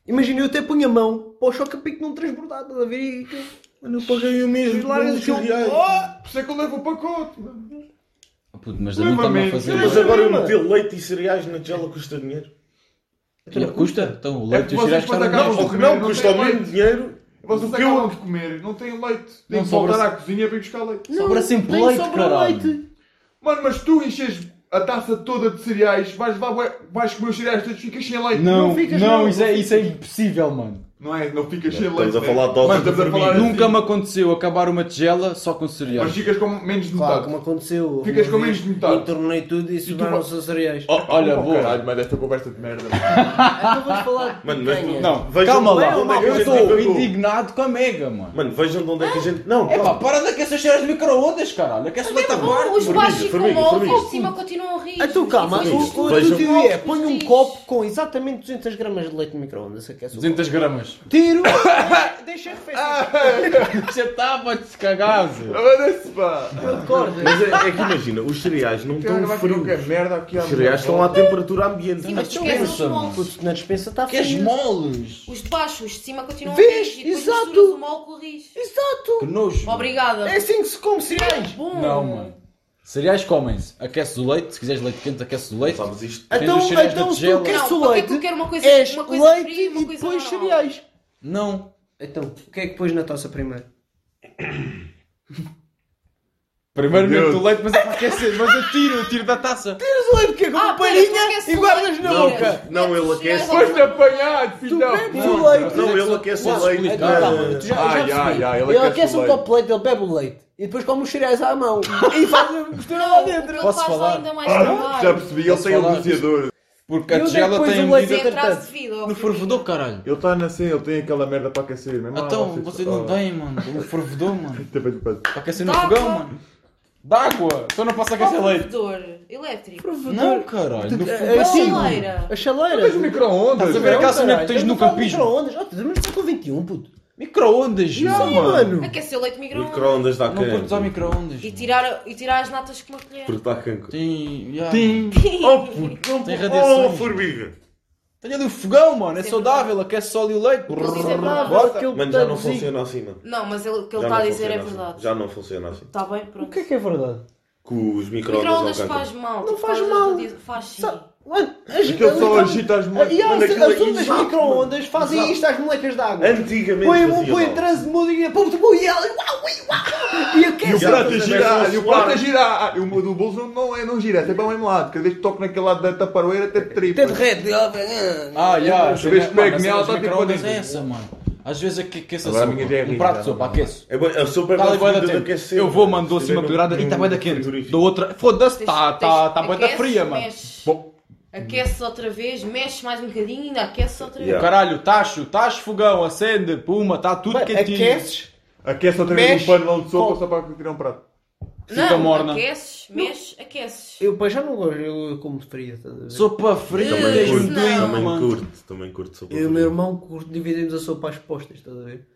[SPEAKER 5] Imagina, eu até punho a mão para o choque a pico não transbordar, estás a ver? E que-
[SPEAKER 2] Mano, eu paguei o mesmo
[SPEAKER 5] Os lares
[SPEAKER 2] pelos
[SPEAKER 5] que eu-
[SPEAKER 2] cereais.
[SPEAKER 5] Oh,
[SPEAKER 4] Por isso é que eu levo o pacote. mano.
[SPEAKER 3] Oh, puto, mas eu não estava a
[SPEAKER 4] Leva-me.
[SPEAKER 3] fazer
[SPEAKER 2] Mas
[SPEAKER 3] isso.
[SPEAKER 2] agora eu meter leite e cereais na tigela custa dinheiro.
[SPEAKER 3] E custa? Então o
[SPEAKER 4] É
[SPEAKER 3] leite
[SPEAKER 4] porque
[SPEAKER 3] e os cereais custaram
[SPEAKER 4] vocês quando acabam
[SPEAKER 3] mais.
[SPEAKER 2] Não,
[SPEAKER 4] de
[SPEAKER 2] o que
[SPEAKER 4] comer,
[SPEAKER 2] não
[SPEAKER 4] não
[SPEAKER 2] custa
[SPEAKER 4] tem
[SPEAKER 2] o mesmo
[SPEAKER 4] leite.
[SPEAKER 2] dinheiro
[SPEAKER 4] Vocês
[SPEAKER 2] do que eu
[SPEAKER 4] acabam de comer, não têm leite. Tem
[SPEAKER 3] Não
[SPEAKER 4] que
[SPEAKER 3] sobra-
[SPEAKER 4] voltar à cozinha para ir buscar leite.
[SPEAKER 3] Sobra sempre leite, caralho.
[SPEAKER 4] Mano, mas tu enches a taça toda de cereais, vais levar, bué- vais comer os cereais todos, ficas sem leite.
[SPEAKER 3] Não,
[SPEAKER 4] Não, ficas
[SPEAKER 3] não,
[SPEAKER 4] não.
[SPEAKER 3] isso é, isso é impossível, mano.
[SPEAKER 4] Não é? Não ficas sem leite.
[SPEAKER 2] Estamos a
[SPEAKER 4] né?
[SPEAKER 2] falar de ovos
[SPEAKER 4] Mas estamos
[SPEAKER 2] de
[SPEAKER 4] a falar assim,
[SPEAKER 3] Nunca me aconteceu acabar uma tigela só com cereais.
[SPEAKER 4] Mas ficas com menos de
[SPEAKER 5] Claro,
[SPEAKER 4] metade.
[SPEAKER 5] como aconteceu.
[SPEAKER 4] Ficas com
[SPEAKER 5] Uma
[SPEAKER 4] menos
[SPEAKER 5] vez
[SPEAKER 4] de metade.
[SPEAKER 5] Entornei tudo e sobraram-se os cereais.
[SPEAKER 3] Oh, olha,
[SPEAKER 4] Oh,
[SPEAKER 3] boa.
[SPEAKER 4] Caralho, mas esta conversa de merda.
[SPEAKER 5] Então vamos falar de
[SPEAKER 2] Mano, mas
[SPEAKER 5] picanha.
[SPEAKER 3] Não,
[SPEAKER 2] Vejam
[SPEAKER 3] calma lá.
[SPEAKER 5] bem, uma
[SPEAKER 3] Eu
[SPEAKER 5] coisa
[SPEAKER 3] estou
[SPEAKER 2] que eu-
[SPEAKER 3] indignado com a Mega, mano.
[SPEAKER 2] Mano, vejam de onde é que a gente. Não,
[SPEAKER 3] É pá,
[SPEAKER 2] calma.
[SPEAKER 3] para de aquecer cheiras de micro-ondas, caralho. Aquece leite
[SPEAKER 6] Tá
[SPEAKER 3] a
[SPEAKER 6] bom, Os
[SPEAKER 2] formiga,
[SPEAKER 6] baixos ficam
[SPEAKER 2] formiga,
[SPEAKER 6] logo
[SPEAKER 2] formiga.
[SPEAKER 6] por cima continuam a rir.
[SPEAKER 5] Então calma,
[SPEAKER 6] Isso
[SPEAKER 5] o
[SPEAKER 6] mesmo.
[SPEAKER 2] Vejam-
[SPEAKER 5] o teu tio é:
[SPEAKER 6] Vejam-
[SPEAKER 5] põe um copo com exatamente 200 gramas de leite no micro-ondas, aquece o copo.
[SPEAKER 3] 200 gramas.
[SPEAKER 5] Tiro, deixa a refeição.
[SPEAKER 3] Já está, pode-se tá, cagar, Zé.
[SPEAKER 4] Olha-se pá!
[SPEAKER 5] Acorda.
[SPEAKER 2] Mas é, é que imagina, os cereais não
[SPEAKER 4] Cara,
[SPEAKER 2] estão
[SPEAKER 4] vai com qualquer
[SPEAKER 2] frios.
[SPEAKER 4] merda aqui à
[SPEAKER 2] Os cereais
[SPEAKER 4] minha
[SPEAKER 2] estão à
[SPEAKER 4] volta.
[SPEAKER 2] temperatura ambiente.
[SPEAKER 6] Sim, mas tu esqueces os
[SPEAKER 3] Pensa, mano.
[SPEAKER 6] moles.
[SPEAKER 5] Puto, Na dispensa está
[SPEAKER 3] Que és
[SPEAKER 5] frio.
[SPEAKER 3] moles.
[SPEAKER 6] Os de baixo, os de cima continuam a
[SPEAKER 5] Vês?
[SPEAKER 6] rir. E depois
[SPEAKER 5] Exato.
[SPEAKER 6] misturas o mol com o riz.
[SPEAKER 3] Que
[SPEAKER 5] Exato.
[SPEAKER 3] nojo. mano.
[SPEAKER 6] Obrigada.
[SPEAKER 5] É assim que se come cereais.
[SPEAKER 6] Bom.
[SPEAKER 3] Não, mano. Cereais comem-se. Aqueces o leite. Se quiseres leite quente, aqueces o leite.
[SPEAKER 2] Sabes isto?
[SPEAKER 3] Tens
[SPEAKER 5] Então,
[SPEAKER 3] os cereais
[SPEAKER 5] então
[SPEAKER 3] na
[SPEAKER 5] se
[SPEAKER 3] tigela.
[SPEAKER 5] tu queres
[SPEAKER 6] Não, é
[SPEAKER 5] o
[SPEAKER 6] porque
[SPEAKER 5] leite,
[SPEAKER 6] tu queres uma coisa-
[SPEAKER 5] és
[SPEAKER 6] uma coisa
[SPEAKER 5] leite
[SPEAKER 6] fria, uma
[SPEAKER 5] e
[SPEAKER 6] coisa
[SPEAKER 5] depois
[SPEAKER 6] normal.
[SPEAKER 5] cereais.
[SPEAKER 3] Não.
[SPEAKER 5] Então, o que é que pôs na taça primeiro?
[SPEAKER 3] Primeiro
[SPEAKER 4] Meu
[SPEAKER 3] meto
[SPEAKER 4] Deus.
[SPEAKER 3] o leite, mas é para aquecer. Mas eu tiro, eu tiro da taça.
[SPEAKER 5] Tiras o leite que é com
[SPEAKER 6] Ah,
[SPEAKER 5] uma
[SPEAKER 6] pera, tu
[SPEAKER 5] palhinha
[SPEAKER 6] aqueces
[SPEAKER 5] e
[SPEAKER 6] o
[SPEAKER 5] guardas
[SPEAKER 6] leite.
[SPEAKER 5] na
[SPEAKER 6] Não,
[SPEAKER 5] boca.
[SPEAKER 2] Não, ele aquece.
[SPEAKER 4] Foste apanhado,
[SPEAKER 5] Tu
[SPEAKER 4] filhão!
[SPEAKER 5] bebes o leite.
[SPEAKER 2] Não, ele aquece
[SPEAKER 5] aquece
[SPEAKER 2] o leite.
[SPEAKER 5] Então, tá, mano, tu já,
[SPEAKER 4] Ah,
[SPEAKER 5] já
[SPEAKER 4] já,
[SPEAKER 5] percebi.
[SPEAKER 4] já, ele
[SPEAKER 5] ele
[SPEAKER 4] aquece
[SPEAKER 5] aquece
[SPEAKER 4] o
[SPEAKER 5] um
[SPEAKER 4] leite.
[SPEAKER 5] copo de leite, ele bebe o leite. E depois come os cereais à mão. e faz a mistura lá
[SPEAKER 6] O
[SPEAKER 5] dentro.
[SPEAKER 6] que
[SPEAKER 3] Posso
[SPEAKER 6] faz dá
[SPEAKER 3] falar?
[SPEAKER 6] ainda é mais trabalho.
[SPEAKER 4] Ah, Já percebi, ele tem um
[SPEAKER 3] falar?
[SPEAKER 4] negociador.
[SPEAKER 3] Porque
[SPEAKER 5] E
[SPEAKER 3] a
[SPEAKER 5] onde é que
[SPEAKER 3] tigela
[SPEAKER 5] pões
[SPEAKER 3] tem
[SPEAKER 5] o leite?
[SPEAKER 3] medida
[SPEAKER 6] Tem atraso de vida. ó.
[SPEAKER 3] no fervedor, caralho.
[SPEAKER 4] Ele está a nascer, ele tem aquela merda para aquecer, mesmo.
[SPEAKER 3] Então,
[SPEAKER 4] tá
[SPEAKER 3] vocês não têm, mano. Um fervedor, mano. Para aquecer no
[SPEAKER 6] D'água.
[SPEAKER 3] fogão, mano. D'água. Então não posso
[SPEAKER 6] Qual
[SPEAKER 3] aquecer leite.
[SPEAKER 6] provedor elétrico.
[SPEAKER 3] Não, caralho. No
[SPEAKER 5] É
[SPEAKER 6] A
[SPEAKER 3] fogão.
[SPEAKER 5] assim,
[SPEAKER 6] chaleira.
[SPEAKER 5] a chaleira.
[SPEAKER 4] Tens micro-ondas!
[SPEAKER 3] Estás Tá a ver
[SPEAKER 4] mano.
[SPEAKER 3] aquela cena que tens no campismo?
[SPEAKER 5] Micro-ondas. Oh, mas só com 21, puto.
[SPEAKER 3] Micro-ondas,
[SPEAKER 4] Yeah,
[SPEAKER 3] mano.
[SPEAKER 4] mano.
[SPEAKER 5] Mano,
[SPEAKER 6] Aquecer o leite micro
[SPEAKER 2] Microondas dá
[SPEAKER 3] Não podes
[SPEAKER 2] cancro.
[SPEAKER 3] usar micro-ondas.
[SPEAKER 6] e tirar, e tirar as natas com uma colher.
[SPEAKER 2] Porque dá cancro.
[SPEAKER 3] Tem. Yeah.
[SPEAKER 4] Tim.
[SPEAKER 2] Oh, puto, não
[SPEAKER 3] Tem
[SPEAKER 2] puto.
[SPEAKER 3] radiações.
[SPEAKER 2] Oh, formiga.
[SPEAKER 3] Tem ali o fogão, mano. É
[SPEAKER 6] Sim.
[SPEAKER 3] saudável. Aquece só ali o leite.
[SPEAKER 6] Isso é
[SPEAKER 5] Agora
[SPEAKER 6] verdade.
[SPEAKER 5] que ele
[SPEAKER 2] Mano,
[SPEAKER 5] tá
[SPEAKER 2] já não
[SPEAKER 5] a dizer-
[SPEAKER 2] funciona assim, mano.
[SPEAKER 6] Não, mas ele- o que ele
[SPEAKER 2] Já
[SPEAKER 6] está a
[SPEAKER 2] não
[SPEAKER 6] dizer é
[SPEAKER 2] funciona assim.
[SPEAKER 6] verdade.
[SPEAKER 2] Já não funciona assim.
[SPEAKER 6] Está bem,
[SPEAKER 5] O
[SPEAKER 6] pronto.
[SPEAKER 5] que é que é verdade?
[SPEAKER 2] Com os microondas
[SPEAKER 6] Microondas
[SPEAKER 2] ao
[SPEAKER 6] faz
[SPEAKER 2] cancro.
[SPEAKER 6] mal.
[SPEAKER 5] Não
[SPEAKER 6] tu
[SPEAKER 5] faz
[SPEAKER 6] fazes
[SPEAKER 5] mal.
[SPEAKER 6] outro dia- Faz sim.
[SPEAKER 5] Sabe- Mano, então, ah,
[SPEAKER 4] Aquele só agita as mãos.
[SPEAKER 5] E há
[SPEAKER 2] Mano, aquilo é
[SPEAKER 5] as ondas
[SPEAKER 2] exato,
[SPEAKER 5] micro-ondas fazem
[SPEAKER 2] Exato.
[SPEAKER 5] isto às molecas d'água.
[SPEAKER 2] Antigamente.
[SPEAKER 5] Põe um,
[SPEAKER 2] fazia
[SPEAKER 5] põe
[SPEAKER 2] mal.
[SPEAKER 5] em transe de mudo e pum, pum, pum, e ela uau, ui, uau, e
[SPEAKER 4] E o
[SPEAKER 5] aquece.
[SPEAKER 4] prato a
[SPEAKER 2] Exato.
[SPEAKER 4] girar, e o prato a
[SPEAKER 2] Exato.
[SPEAKER 4] girar. Ah, E o meu do bolso não, não, é, não gira, é sempre ao mesmo lado. Cada vez que toco naquele lado da taparoeira, até tripa.
[SPEAKER 5] Até derrete. e ela vai, ah.
[SPEAKER 3] Ah, já.
[SPEAKER 4] Às vezes
[SPEAKER 3] Mano,
[SPEAKER 4] pego
[SPEAKER 3] a cena
[SPEAKER 4] nela,
[SPEAKER 3] das
[SPEAKER 4] tá tipo
[SPEAKER 3] microondas
[SPEAKER 4] ali.
[SPEAKER 3] é essa, mano. Às vezes aqui aquece
[SPEAKER 4] Agora
[SPEAKER 3] assim.
[SPEAKER 4] a minha já é
[SPEAKER 3] Um
[SPEAKER 4] rija,
[SPEAKER 3] prato
[SPEAKER 4] já
[SPEAKER 3] de sopa,
[SPEAKER 4] não.
[SPEAKER 3] aquece.
[SPEAKER 2] É bom, eu sou para
[SPEAKER 3] Tá ali bué da tempo. Eu vou, mano, dou assim uma dourada e está bem da quente. Da outra. Foda-se, está
[SPEAKER 6] Tens-
[SPEAKER 3] tá,
[SPEAKER 6] tens-
[SPEAKER 3] tá bem da
[SPEAKER 6] aquece,
[SPEAKER 3] fria, mano.
[SPEAKER 6] mexe.
[SPEAKER 3] Bom,
[SPEAKER 6] Aquece outra vez, mexe mais um bocadinho e ainda aquece outra vez.
[SPEAKER 2] Yeah.
[SPEAKER 3] caralho, tacho, tacho, fogão, acende, puma, está tudo
[SPEAKER 5] Mano,
[SPEAKER 3] quentinho.
[SPEAKER 5] Aqueces,
[SPEAKER 4] Aquece outra vez
[SPEAKER 5] Mexe.
[SPEAKER 4] um panelão de sopa
[SPEAKER 5] Com-
[SPEAKER 4] só para tirar um prato.
[SPEAKER 3] Fica
[SPEAKER 6] não,
[SPEAKER 3] morna.
[SPEAKER 6] aqueces, mexe, aqueces.
[SPEAKER 5] eu pá, já não gosto, eu como fria. estás a ver?
[SPEAKER 3] Sopa fria,
[SPEAKER 2] Também
[SPEAKER 3] mesmo
[SPEAKER 2] curto,
[SPEAKER 6] Não.
[SPEAKER 2] também
[SPEAKER 3] mano.
[SPEAKER 2] curto, também curto. sopa
[SPEAKER 5] Eu e o
[SPEAKER 2] de
[SPEAKER 5] meu
[SPEAKER 2] fruta.
[SPEAKER 5] irmão curto, dividimos a sopa às postas, estás a ver?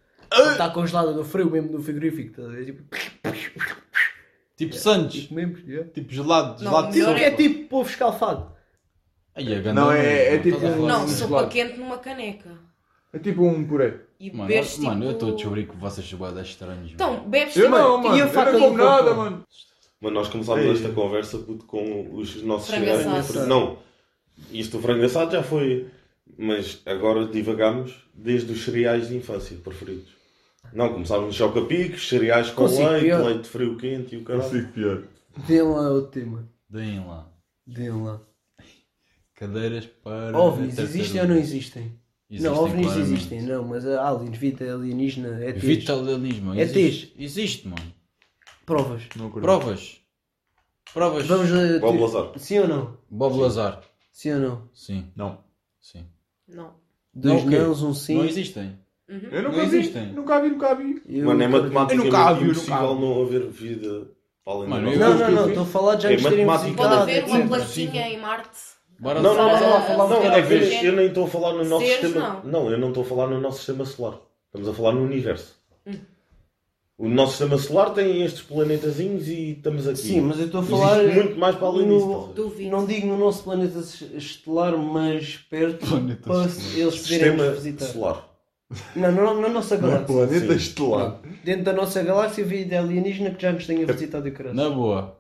[SPEAKER 5] Está congelada no frio mesmo no frigorífico, estás a ver? Tipo,
[SPEAKER 3] Tipo Santos.
[SPEAKER 5] e comemos, yeah.
[SPEAKER 3] Tipo gelado,
[SPEAKER 6] Não,
[SPEAKER 3] gelado de
[SPEAKER 5] Tipo,
[SPEAKER 6] Melhor
[SPEAKER 3] sopa.
[SPEAKER 5] é tipo povo escalfado.
[SPEAKER 3] Aí é
[SPEAKER 4] Não, é- é tipo um-
[SPEAKER 6] Não,
[SPEAKER 4] Mas,
[SPEAKER 6] sopa
[SPEAKER 4] claro.
[SPEAKER 6] quente numa caneca.
[SPEAKER 4] É tipo um puré.
[SPEAKER 6] E
[SPEAKER 3] Mano,
[SPEAKER 6] bebes tipo...
[SPEAKER 3] mano, eu estou a descobrir que vocês são bué da estranhos. mano.
[SPEAKER 6] Então, bebes
[SPEAKER 4] Eu
[SPEAKER 6] tipo...
[SPEAKER 4] não, mano.
[SPEAKER 5] e a
[SPEAKER 4] Eu
[SPEAKER 5] faca
[SPEAKER 4] não
[SPEAKER 5] e
[SPEAKER 4] como
[SPEAKER 5] o copo?
[SPEAKER 4] nada, mano.
[SPEAKER 2] Mas nós começámos
[SPEAKER 4] Ei.
[SPEAKER 2] esta conversa puto, com os nossos
[SPEAKER 6] Frango
[SPEAKER 2] cereais.
[SPEAKER 6] assado.
[SPEAKER 2] Não, isto do frango assado já foi. Mas agora divagamos desde os cereais de infância preferidos. Não, começávamos no choca-picos, cereais com
[SPEAKER 5] Consigo
[SPEAKER 2] leite,
[SPEAKER 5] pior.
[SPEAKER 2] leite frio quente e o caralho.
[SPEAKER 4] Consigo pior.
[SPEAKER 5] Deem um lá o tema.
[SPEAKER 3] Deem lá.
[SPEAKER 5] Deem lá.
[SPEAKER 3] Cadeiras para.
[SPEAKER 5] OVNIs
[SPEAKER 3] terceiro
[SPEAKER 5] existem
[SPEAKER 3] mundo.
[SPEAKER 5] ou não existem?
[SPEAKER 3] Existem,
[SPEAKER 5] não, OVNIs
[SPEAKER 3] claramente.
[SPEAKER 5] existem, não, mas há aliens, vida alienígena, é ETs.
[SPEAKER 3] Vitalismo.
[SPEAKER 5] É
[SPEAKER 3] existe. Existe, mano.
[SPEAKER 5] Provas.
[SPEAKER 4] Não acredito.
[SPEAKER 3] Provas. Provas.
[SPEAKER 5] Vamos a...
[SPEAKER 2] Bob Lazar.
[SPEAKER 5] Sim ou não?
[SPEAKER 3] Bob Lazar.
[SPEAKER 5] Sim ou não?
[SPEAKER 3] Sim.
[SPEAKER 4] Não.
[SPEAKER 3] Sim.
[SPEAKER 6] Não.
[SPEAKER 5] Dois
[SPEAKER 3] o quê?
[SPEAKER 5] nãos, um sim.
[SPEAKER 3] Não existem.
[SPEAKER 4] Eu
[SPEAKER 3] Não
[SPEAKER 4] nunca vi.
[SPEAKER 3] existem.
[SPEAKER 4] Nunca vi, nunca vi.
[SPEAKER 5] Eu
[SPEAKER 2] Mano, é
[SPEAKER 5] nunca-
[SPEAKER 2] matematicamente
[SPEAKER 4] Eu nunca vi, eu nunca
[SPEAKER 2] impossível
[SPEAKER 4] vi.
[SPEAKER 2] não haver vida para além
[SPEAKER 3] Mano,
[SPEAKER 2] da
[SPEAKER 3] eu-
[SPEAKER 2] nossa.
[SPEAKER 5] Não, não, não, estou a falar de já
[SPEAKER 2] É
[SPEAKER 5] nos terem
[SPEAKER 2] matemática.
[SPEAKER 6] Pode
[SPEAKER 5] visitado,
[SPEAKER 6] haver uma
[SPEAKER 5] etc.
[SPEAKER 6] plaquinha em Marte.
[SPEAKER 3] Bora
[SPEAKER 2] Não, não,
[SPEAKER 6] Só-
[SPEAKER 2] não,
[SPEAKER 6] só
[SPEAKER 2] não, não,
[SPEAKER 6] falar
[SPEAKER 2] é
[SPEAKER 6] de
[SPEAKER 2] vez-
[SPEAKER 6] gente.
[SPEAKER 2] eu nem estou a falar no nosso
[SPEAKER 6] Seres,
[SPEAKER 2] sistema.
[SPEAKER 6] não.
[SPEAKER 2] Não, eu não estou a falar no nosso sistema solar. Estamos a falar no universo.
[SPEAKER 6] Hum.
[SPEAKER 2] O nosso sistema solar tem estes planetazinhos e estamos aqui.
[SPEAKER 5] Sim, mas eu estou a
[SPEAKER 2] Existe
[SPEAKER 5] falar. eh,
[SPEAKER 2] muito mais para além
[SPEAKER 5] no-
[SPEAKER 2] disso. estás a ver?
[SPEAKER 6] Duvido.
[SPEAKER 5] Não digo no nosso planeta estelar, mas perto
[SPEAKER 3] Planeta
[SPEAKER 5] para
[SPEAKER 3] estelar.
[SPEAKER 5] eles poderem nos
[SPEAKER 2] Sistema
[SPEAKER 5] visitar.
[SPEAKER 2] solar.
[SPEAKER 5] Não, não, é na nossa galáxia.
[SPEAKER 4] é Planeta
[SPEAKER 2] Sim.
[SPEAKER 4] estelar.
[SPEAKER 5] Dentro da nossa galáxia, vida alienígena que já nos
[SPEAKER 2] É-
[SPEAKER 5] tenha visitado e caralho.
[SPEAKER 3] Na boa.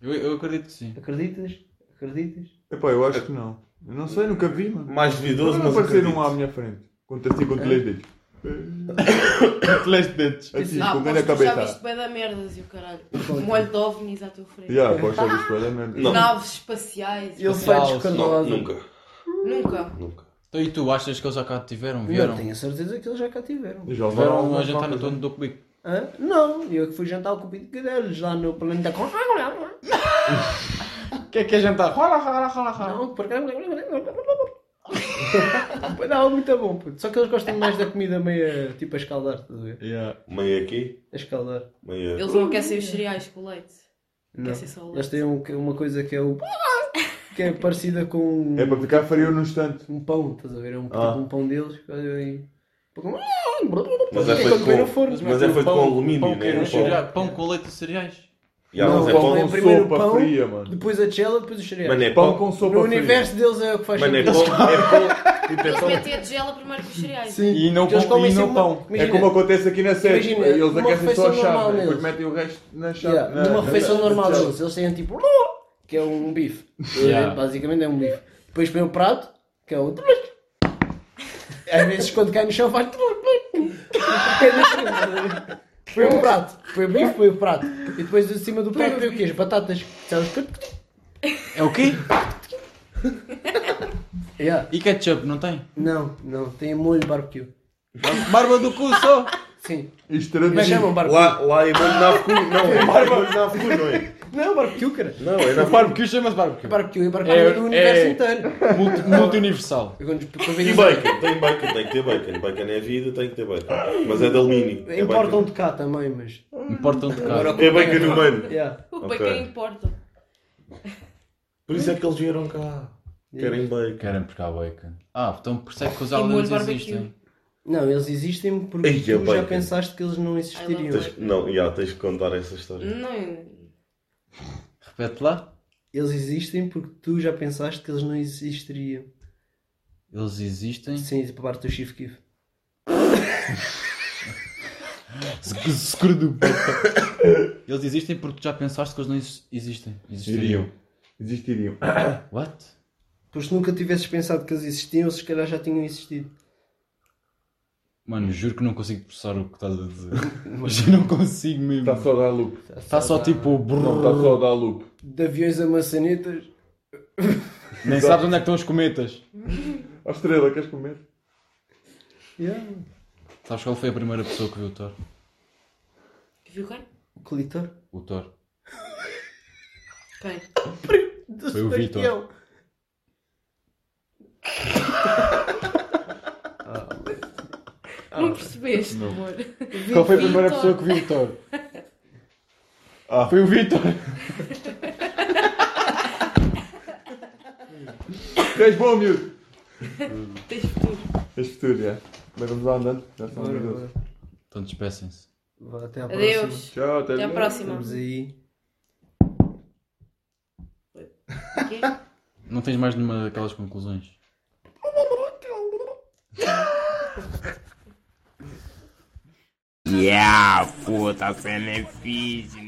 [SPEAKER 3] Eu, eu acredito que sim.
[SPEAKER 5] Acreditas? Acreditas?
[SPEAKER 4] Epá, eu acho que não. Eu não sei, nunca vi, mano.
[SPEAKER 2] Mais duvidoso,
[SPEAKER 4] Não, não
[SPEAKER 2] mas
[SPEAKER 4] apareceram
[SPEAKER 2] acredito.
[SPEAKER 4] um à minha frente. Conta assim com três dedos. Com três dedos. Assim,
[SPEAKER 6] Ah,
[SPEAKER 4] com grande
[SPEAKER 6] aposto que tu já viste
[SPEAKER 4] cabeça.
[SPEAKER 6] bué da merdas e o caralho. Molho de ovnis à tua frente.
[SPEAKER 4] Já, yeah, gosta disso, vai dar merda.
[SPEAKER 2] Não.
[SPEAKER 6] Naves espaciais.
[SPEAKER 5] Ele
[SPEAKER 3] Espacial,
[SPEAKER 5] foi
[SPEAKER 2] Não,
[SPEAKER 5] descarnado.
[SPEAKER 2] nunca,
[SPEAKER 6] Nunca.
[SPEAKER 2] nunca.
[SPEAKER 3] Então e tu achas que eles já cá tiveram?
[SPEAKER 5] Eu
[SPEAKER 3] Vieram?
[SPEAKER 5] tenho a certeza que eles já cá tiveram.
[SPEAKER 4] Já levaram
[SPEAKER 3] Tiveram
[SPEAKER 4] alguma
[SPEAKER 3] a jantar no
[SPEAKER 4] coisa.
[SPEAKER 3] torno do cubico.
[SPEAKER 5] Hã? Não, eu que fui jantar o cupido que deles lá no planeta.
[SPEAKER 6] Ah.
[SPEAKER 3] O que é que é jantar?
[SPEAKER 5] Não, por acaso. Não, muito bom, puto. Só que eles gostam mais da comida meio tipo a escaldar, estás a ver?
[SPEAKER 3] Yeah.
[SPEAKER 2] Meio aqui,
[SPEAKER 5] A escaldar.
[SPEAKER 2] meio
[SPEAKER 6] Eles não aquecem os cereais com leite.
[SPEAKER 5] Não.
[SPEAKER 6] Aquecem só o
[SPEAKER 5] Eles
[SPEAKER 6] leite.
[SPEAKER 5] têm um- uma coisa que é o. que é parecida com um,
[SPEAKER 4] É para ficar frio no instante.
[SPEAKER 5] um pão, estás a ver? É um,
[SPEAKER 2] Ah.
[SPEAKER 5] tipo um pão deles. que olha aí. Tipo, um-
[SPEAKER 2] Mas é
[SPEAKER 5] Quando
[SPEAKER 2] feito
[SPEAKER 5] vem no
[SPEAKER 2] com-
[SPEAKER 5] forno. tipo,
[SPEAKER 2] Mas é feito com alumínio,
[SPEAKER 3] pão,
[SPEAKER 2] né?
[SPEAKER 3] que era um
[SPEAKER 2] Pão.
[SPEAKER 3] cereal- pão com leite e cereais.
[SPEAKER 2] Já,
[SPEAKER 5] Não,
[SPEAKER 2] mas é
[SPEAKER 5] pão
[SPEAKER 2] pão.
[SPEAKER 5] é
[SPEAKER 4] com
[SPEAKER 5] primeiro
[SPEAKER 4] sopa
[SPEAKER 5] pão,
[SPEAKER 4] fria, mano.
[SPEAKER 5] Depois a chela, depois os cereais.
[SPEAKER 2] Mano, é
[SPEAKER 4] Pão
[SPEAKER 2] pão.
[SPEAKER 4] com sopa
[SPEAKER 5] no
[SPEAKER 4] fria.
[SPEAKER 5] universo deles é o que faz
[SPEAKER 2] Mano, é
[SPEAKER 5] sentido.
[SPEAKER 2] pão. É pão. Tipo, é
[SPEAKER 6] Eles
[SPEAKER 2] pão.
[SPEAKER 6] metem a tigela primeiro com os cereais.
[SPEAKER 5] Sim,
[SPEAKER 3] E não
[SPEAKER 5] porque eles
[SPEAKER 3] pão-
[SPEAKER 5] comem
[SPEAKER 3] e não
[SPEAKER 5] assim uma-
[SPEAKER 3] pão.
[SPEAKER 4] É
[SPEAKER 5] Imagina,
[SPEAKER 4] como acontece aqui na sede.
[SPEAKER 5] Imagina,
[SPEAKER 4] Eles
[SPEAKER 5] numa
[SPEAKER 4] aquecem só
[SPEAKER 5] refeição
[SPEAKER 4] a chave,
[SPEAKER 5] normal
[SPEAKER 4] né? depois
[SPEAKER 5] deles.
[SPEAKER 4] metem o resto na chave.
[SPEAKER 5] yeah,
[SPEAKER 4] na-
[SPEAKER 3] É.
[SPEAKER 5] numa
[SPEAKER 4] na-
[SPEAKER 5] refeição
[SPEAKER 4] na-
[SPEAKER 5] normal
[SPEAKER 4] na chave.
[SPEAKER 5] deles, eles têm tipo. que é um bife.
[SPEAKER 3] Yeah.
[SPEAKER 5] Basicamente é um bife. Depois põe o prato, que é o. Às vezes quando cai no chão faz. Foi um prato, foi o bife, foi o prato. E depois em cima do prato foi o quê? As batatas. Sabes?
[SPEAKER 3] É o quê?
[SPEAKER 5] Yeah.
[SPEAKER 3] E ketchup, não tem?
[SPEAKER 5] Não, não, tem molho barbecue.
[SPEAKER 3] Barba do cu só!
[SPEAKER 5] Sim.
[SPEAKER 4] Isto
[SPEAKER 5] Como é que
[SPEAKER 4] traduzido.
[SPEAKER 5] chamam barbecue?
[SPEAKER 2] Lá, lá é molho de navcu. Não, é molho de navcu, não é?
[SPEAKER 5] Não, barbecue, cara.
[SPEAKER 2] Não, é navcu.
[SPEAKER 3] Barbecue chama-se barbecue.
[SPEAKER 5] Barbecue é barbecue
[SPEAKER 3] É-
[SPEAKER 5] do universo
[SPEAKER 3] é-
[SPEAKER 5] inteiro.
[SPEAKER 3] Multi- Multi-universal.
[SPEAKER 5] Eu quando
[SPEAKER 2] E
[SPEAKER 5] convido-
[SPEAKER 2] bacon, tem bacon, tem que ter bacon. Bacon é vida, tem que ter bacon. Mas é de alumínio. É
[SPEAKER 5] Importam
[SPEAKER 2] bacon,
[SPEAKER 5] de cá também, mas.
[SPEAKER 3] Importam de cara.
[SPEAKER 2] é bacon humano.
[SPEAKER 5] Yeah.
[SPEAKER 6] O
[SPEAKER 2] Ok.
[SPEAKER 6] bacon importa.
[SPEAKER 2] Por isso é que eles vieram cá. Querem bacon.
[SPEAKER 3] Querem porque há bacon. Ah, então percebe que os
[SPEAKER 6] E molho
[SPEAKER 3] aliens
[SPEAKER 6] barbecue.
[SPEAKER 3] existem.
[SPEAKER 5] Não, eles existem porque
[SPEAKER 2] Ei, é
[SPEAKER 5] tu já
[SPEAKER 2] bacon.
[SPEAKER 5] pensaste que eles não existiriam.
[SPEAKER 2] Tens- não, já, tens que contar essa história.
[SPEAKER 6] Não,
[SPEAKER 3] Repete lá.
[SPEAKER 5] Eles existem porque tu já pensaste que eles não existiriam.
[SPEAKER 3] Eles existem.
[SPEAKER 5] Sim, por parte do Chief Keef.
[SPEAKER 3] Sc- Scrudu. Eles existem porque tu já pensaste que eles não ex- existem. Existiriam.
[SPEAKER 4] Iriam. Existiriam.
[SPEAKER 3] What?
[SPEAKER 5] Pois se nunca tivesses pensado que eles existiam, eles se calhar já tinham existido.
[SPEAKER 3] Mano, juro que não consigo processar o que estás a dizer. Mas eu não consigo mesmo.
[SPEAKER 4] Está
[SPEAKER 3] Está
[SPEAKER 4] só a dar loop.
[SPEAKER 3] só,
[SPEAKER 6] Tá.
[SPEAKER 3] tipo
[SPEAKER 4] Tá. Não, tá.
[SPEAKER 3] brrr.
[SPEAKER 4] está só a dar loop.
[SPEAKER 5] De aviões a maçanetas.
[SPEAKER 3] Nem sabes onde é que estão os cometas.
[SPEAKER 4] Ó estrela, queres comer?
[SPEAKER 5] Yeah.
[SPEAKER 3] Sabes qual foi a primeira pessoa que viu o Thor?
[SPEAKER 6] Viu quem?
[SPEAKER 5] O clitor.
[SPEAKER 3] O Thor.
[SPEAKER 6] Quem?
[SPEAKER 3] Foi o Vitor.
[SPEAKER 5] Sebastião.
[SPEAKER 6] Não percebeste, amor.
[SPEAKER 3] Qual foi a primeira
[SPEAKER 6] Vitor.
[SPEAKER 3] pessoa que viu o Thor? Ah, foi o Vitor.
[SPEAKER 4] Tu és bom, miúdo!
[SPEAKER 6] Tens futuro.
[SPEAKER 4] És futuro, já. Mas vamos lá andando. Já são
[SPEAKER 5] Bora,
[SPEAKER 4] minutos.
[SPEAKER 5] bora.
[SPEAKER 3] Então despecem-se.
[SPEAKER 5] Vá, até à próxima.
[SPEAKER 6] Adeus.
[SPEAKER 4] Tchau, até
[SPEAKER 6] Até à
[SPEAKER 4] já.
[SPEAKER 6] próxima.
[SPEAKER 5] Estamos aí.
[SPEAKER 6] Quê?
[SPEAKER 3] Não tens mais nenhuma daquelas conclusões.
[SPEAKER 8] Yeah, puta, a cena é fixe,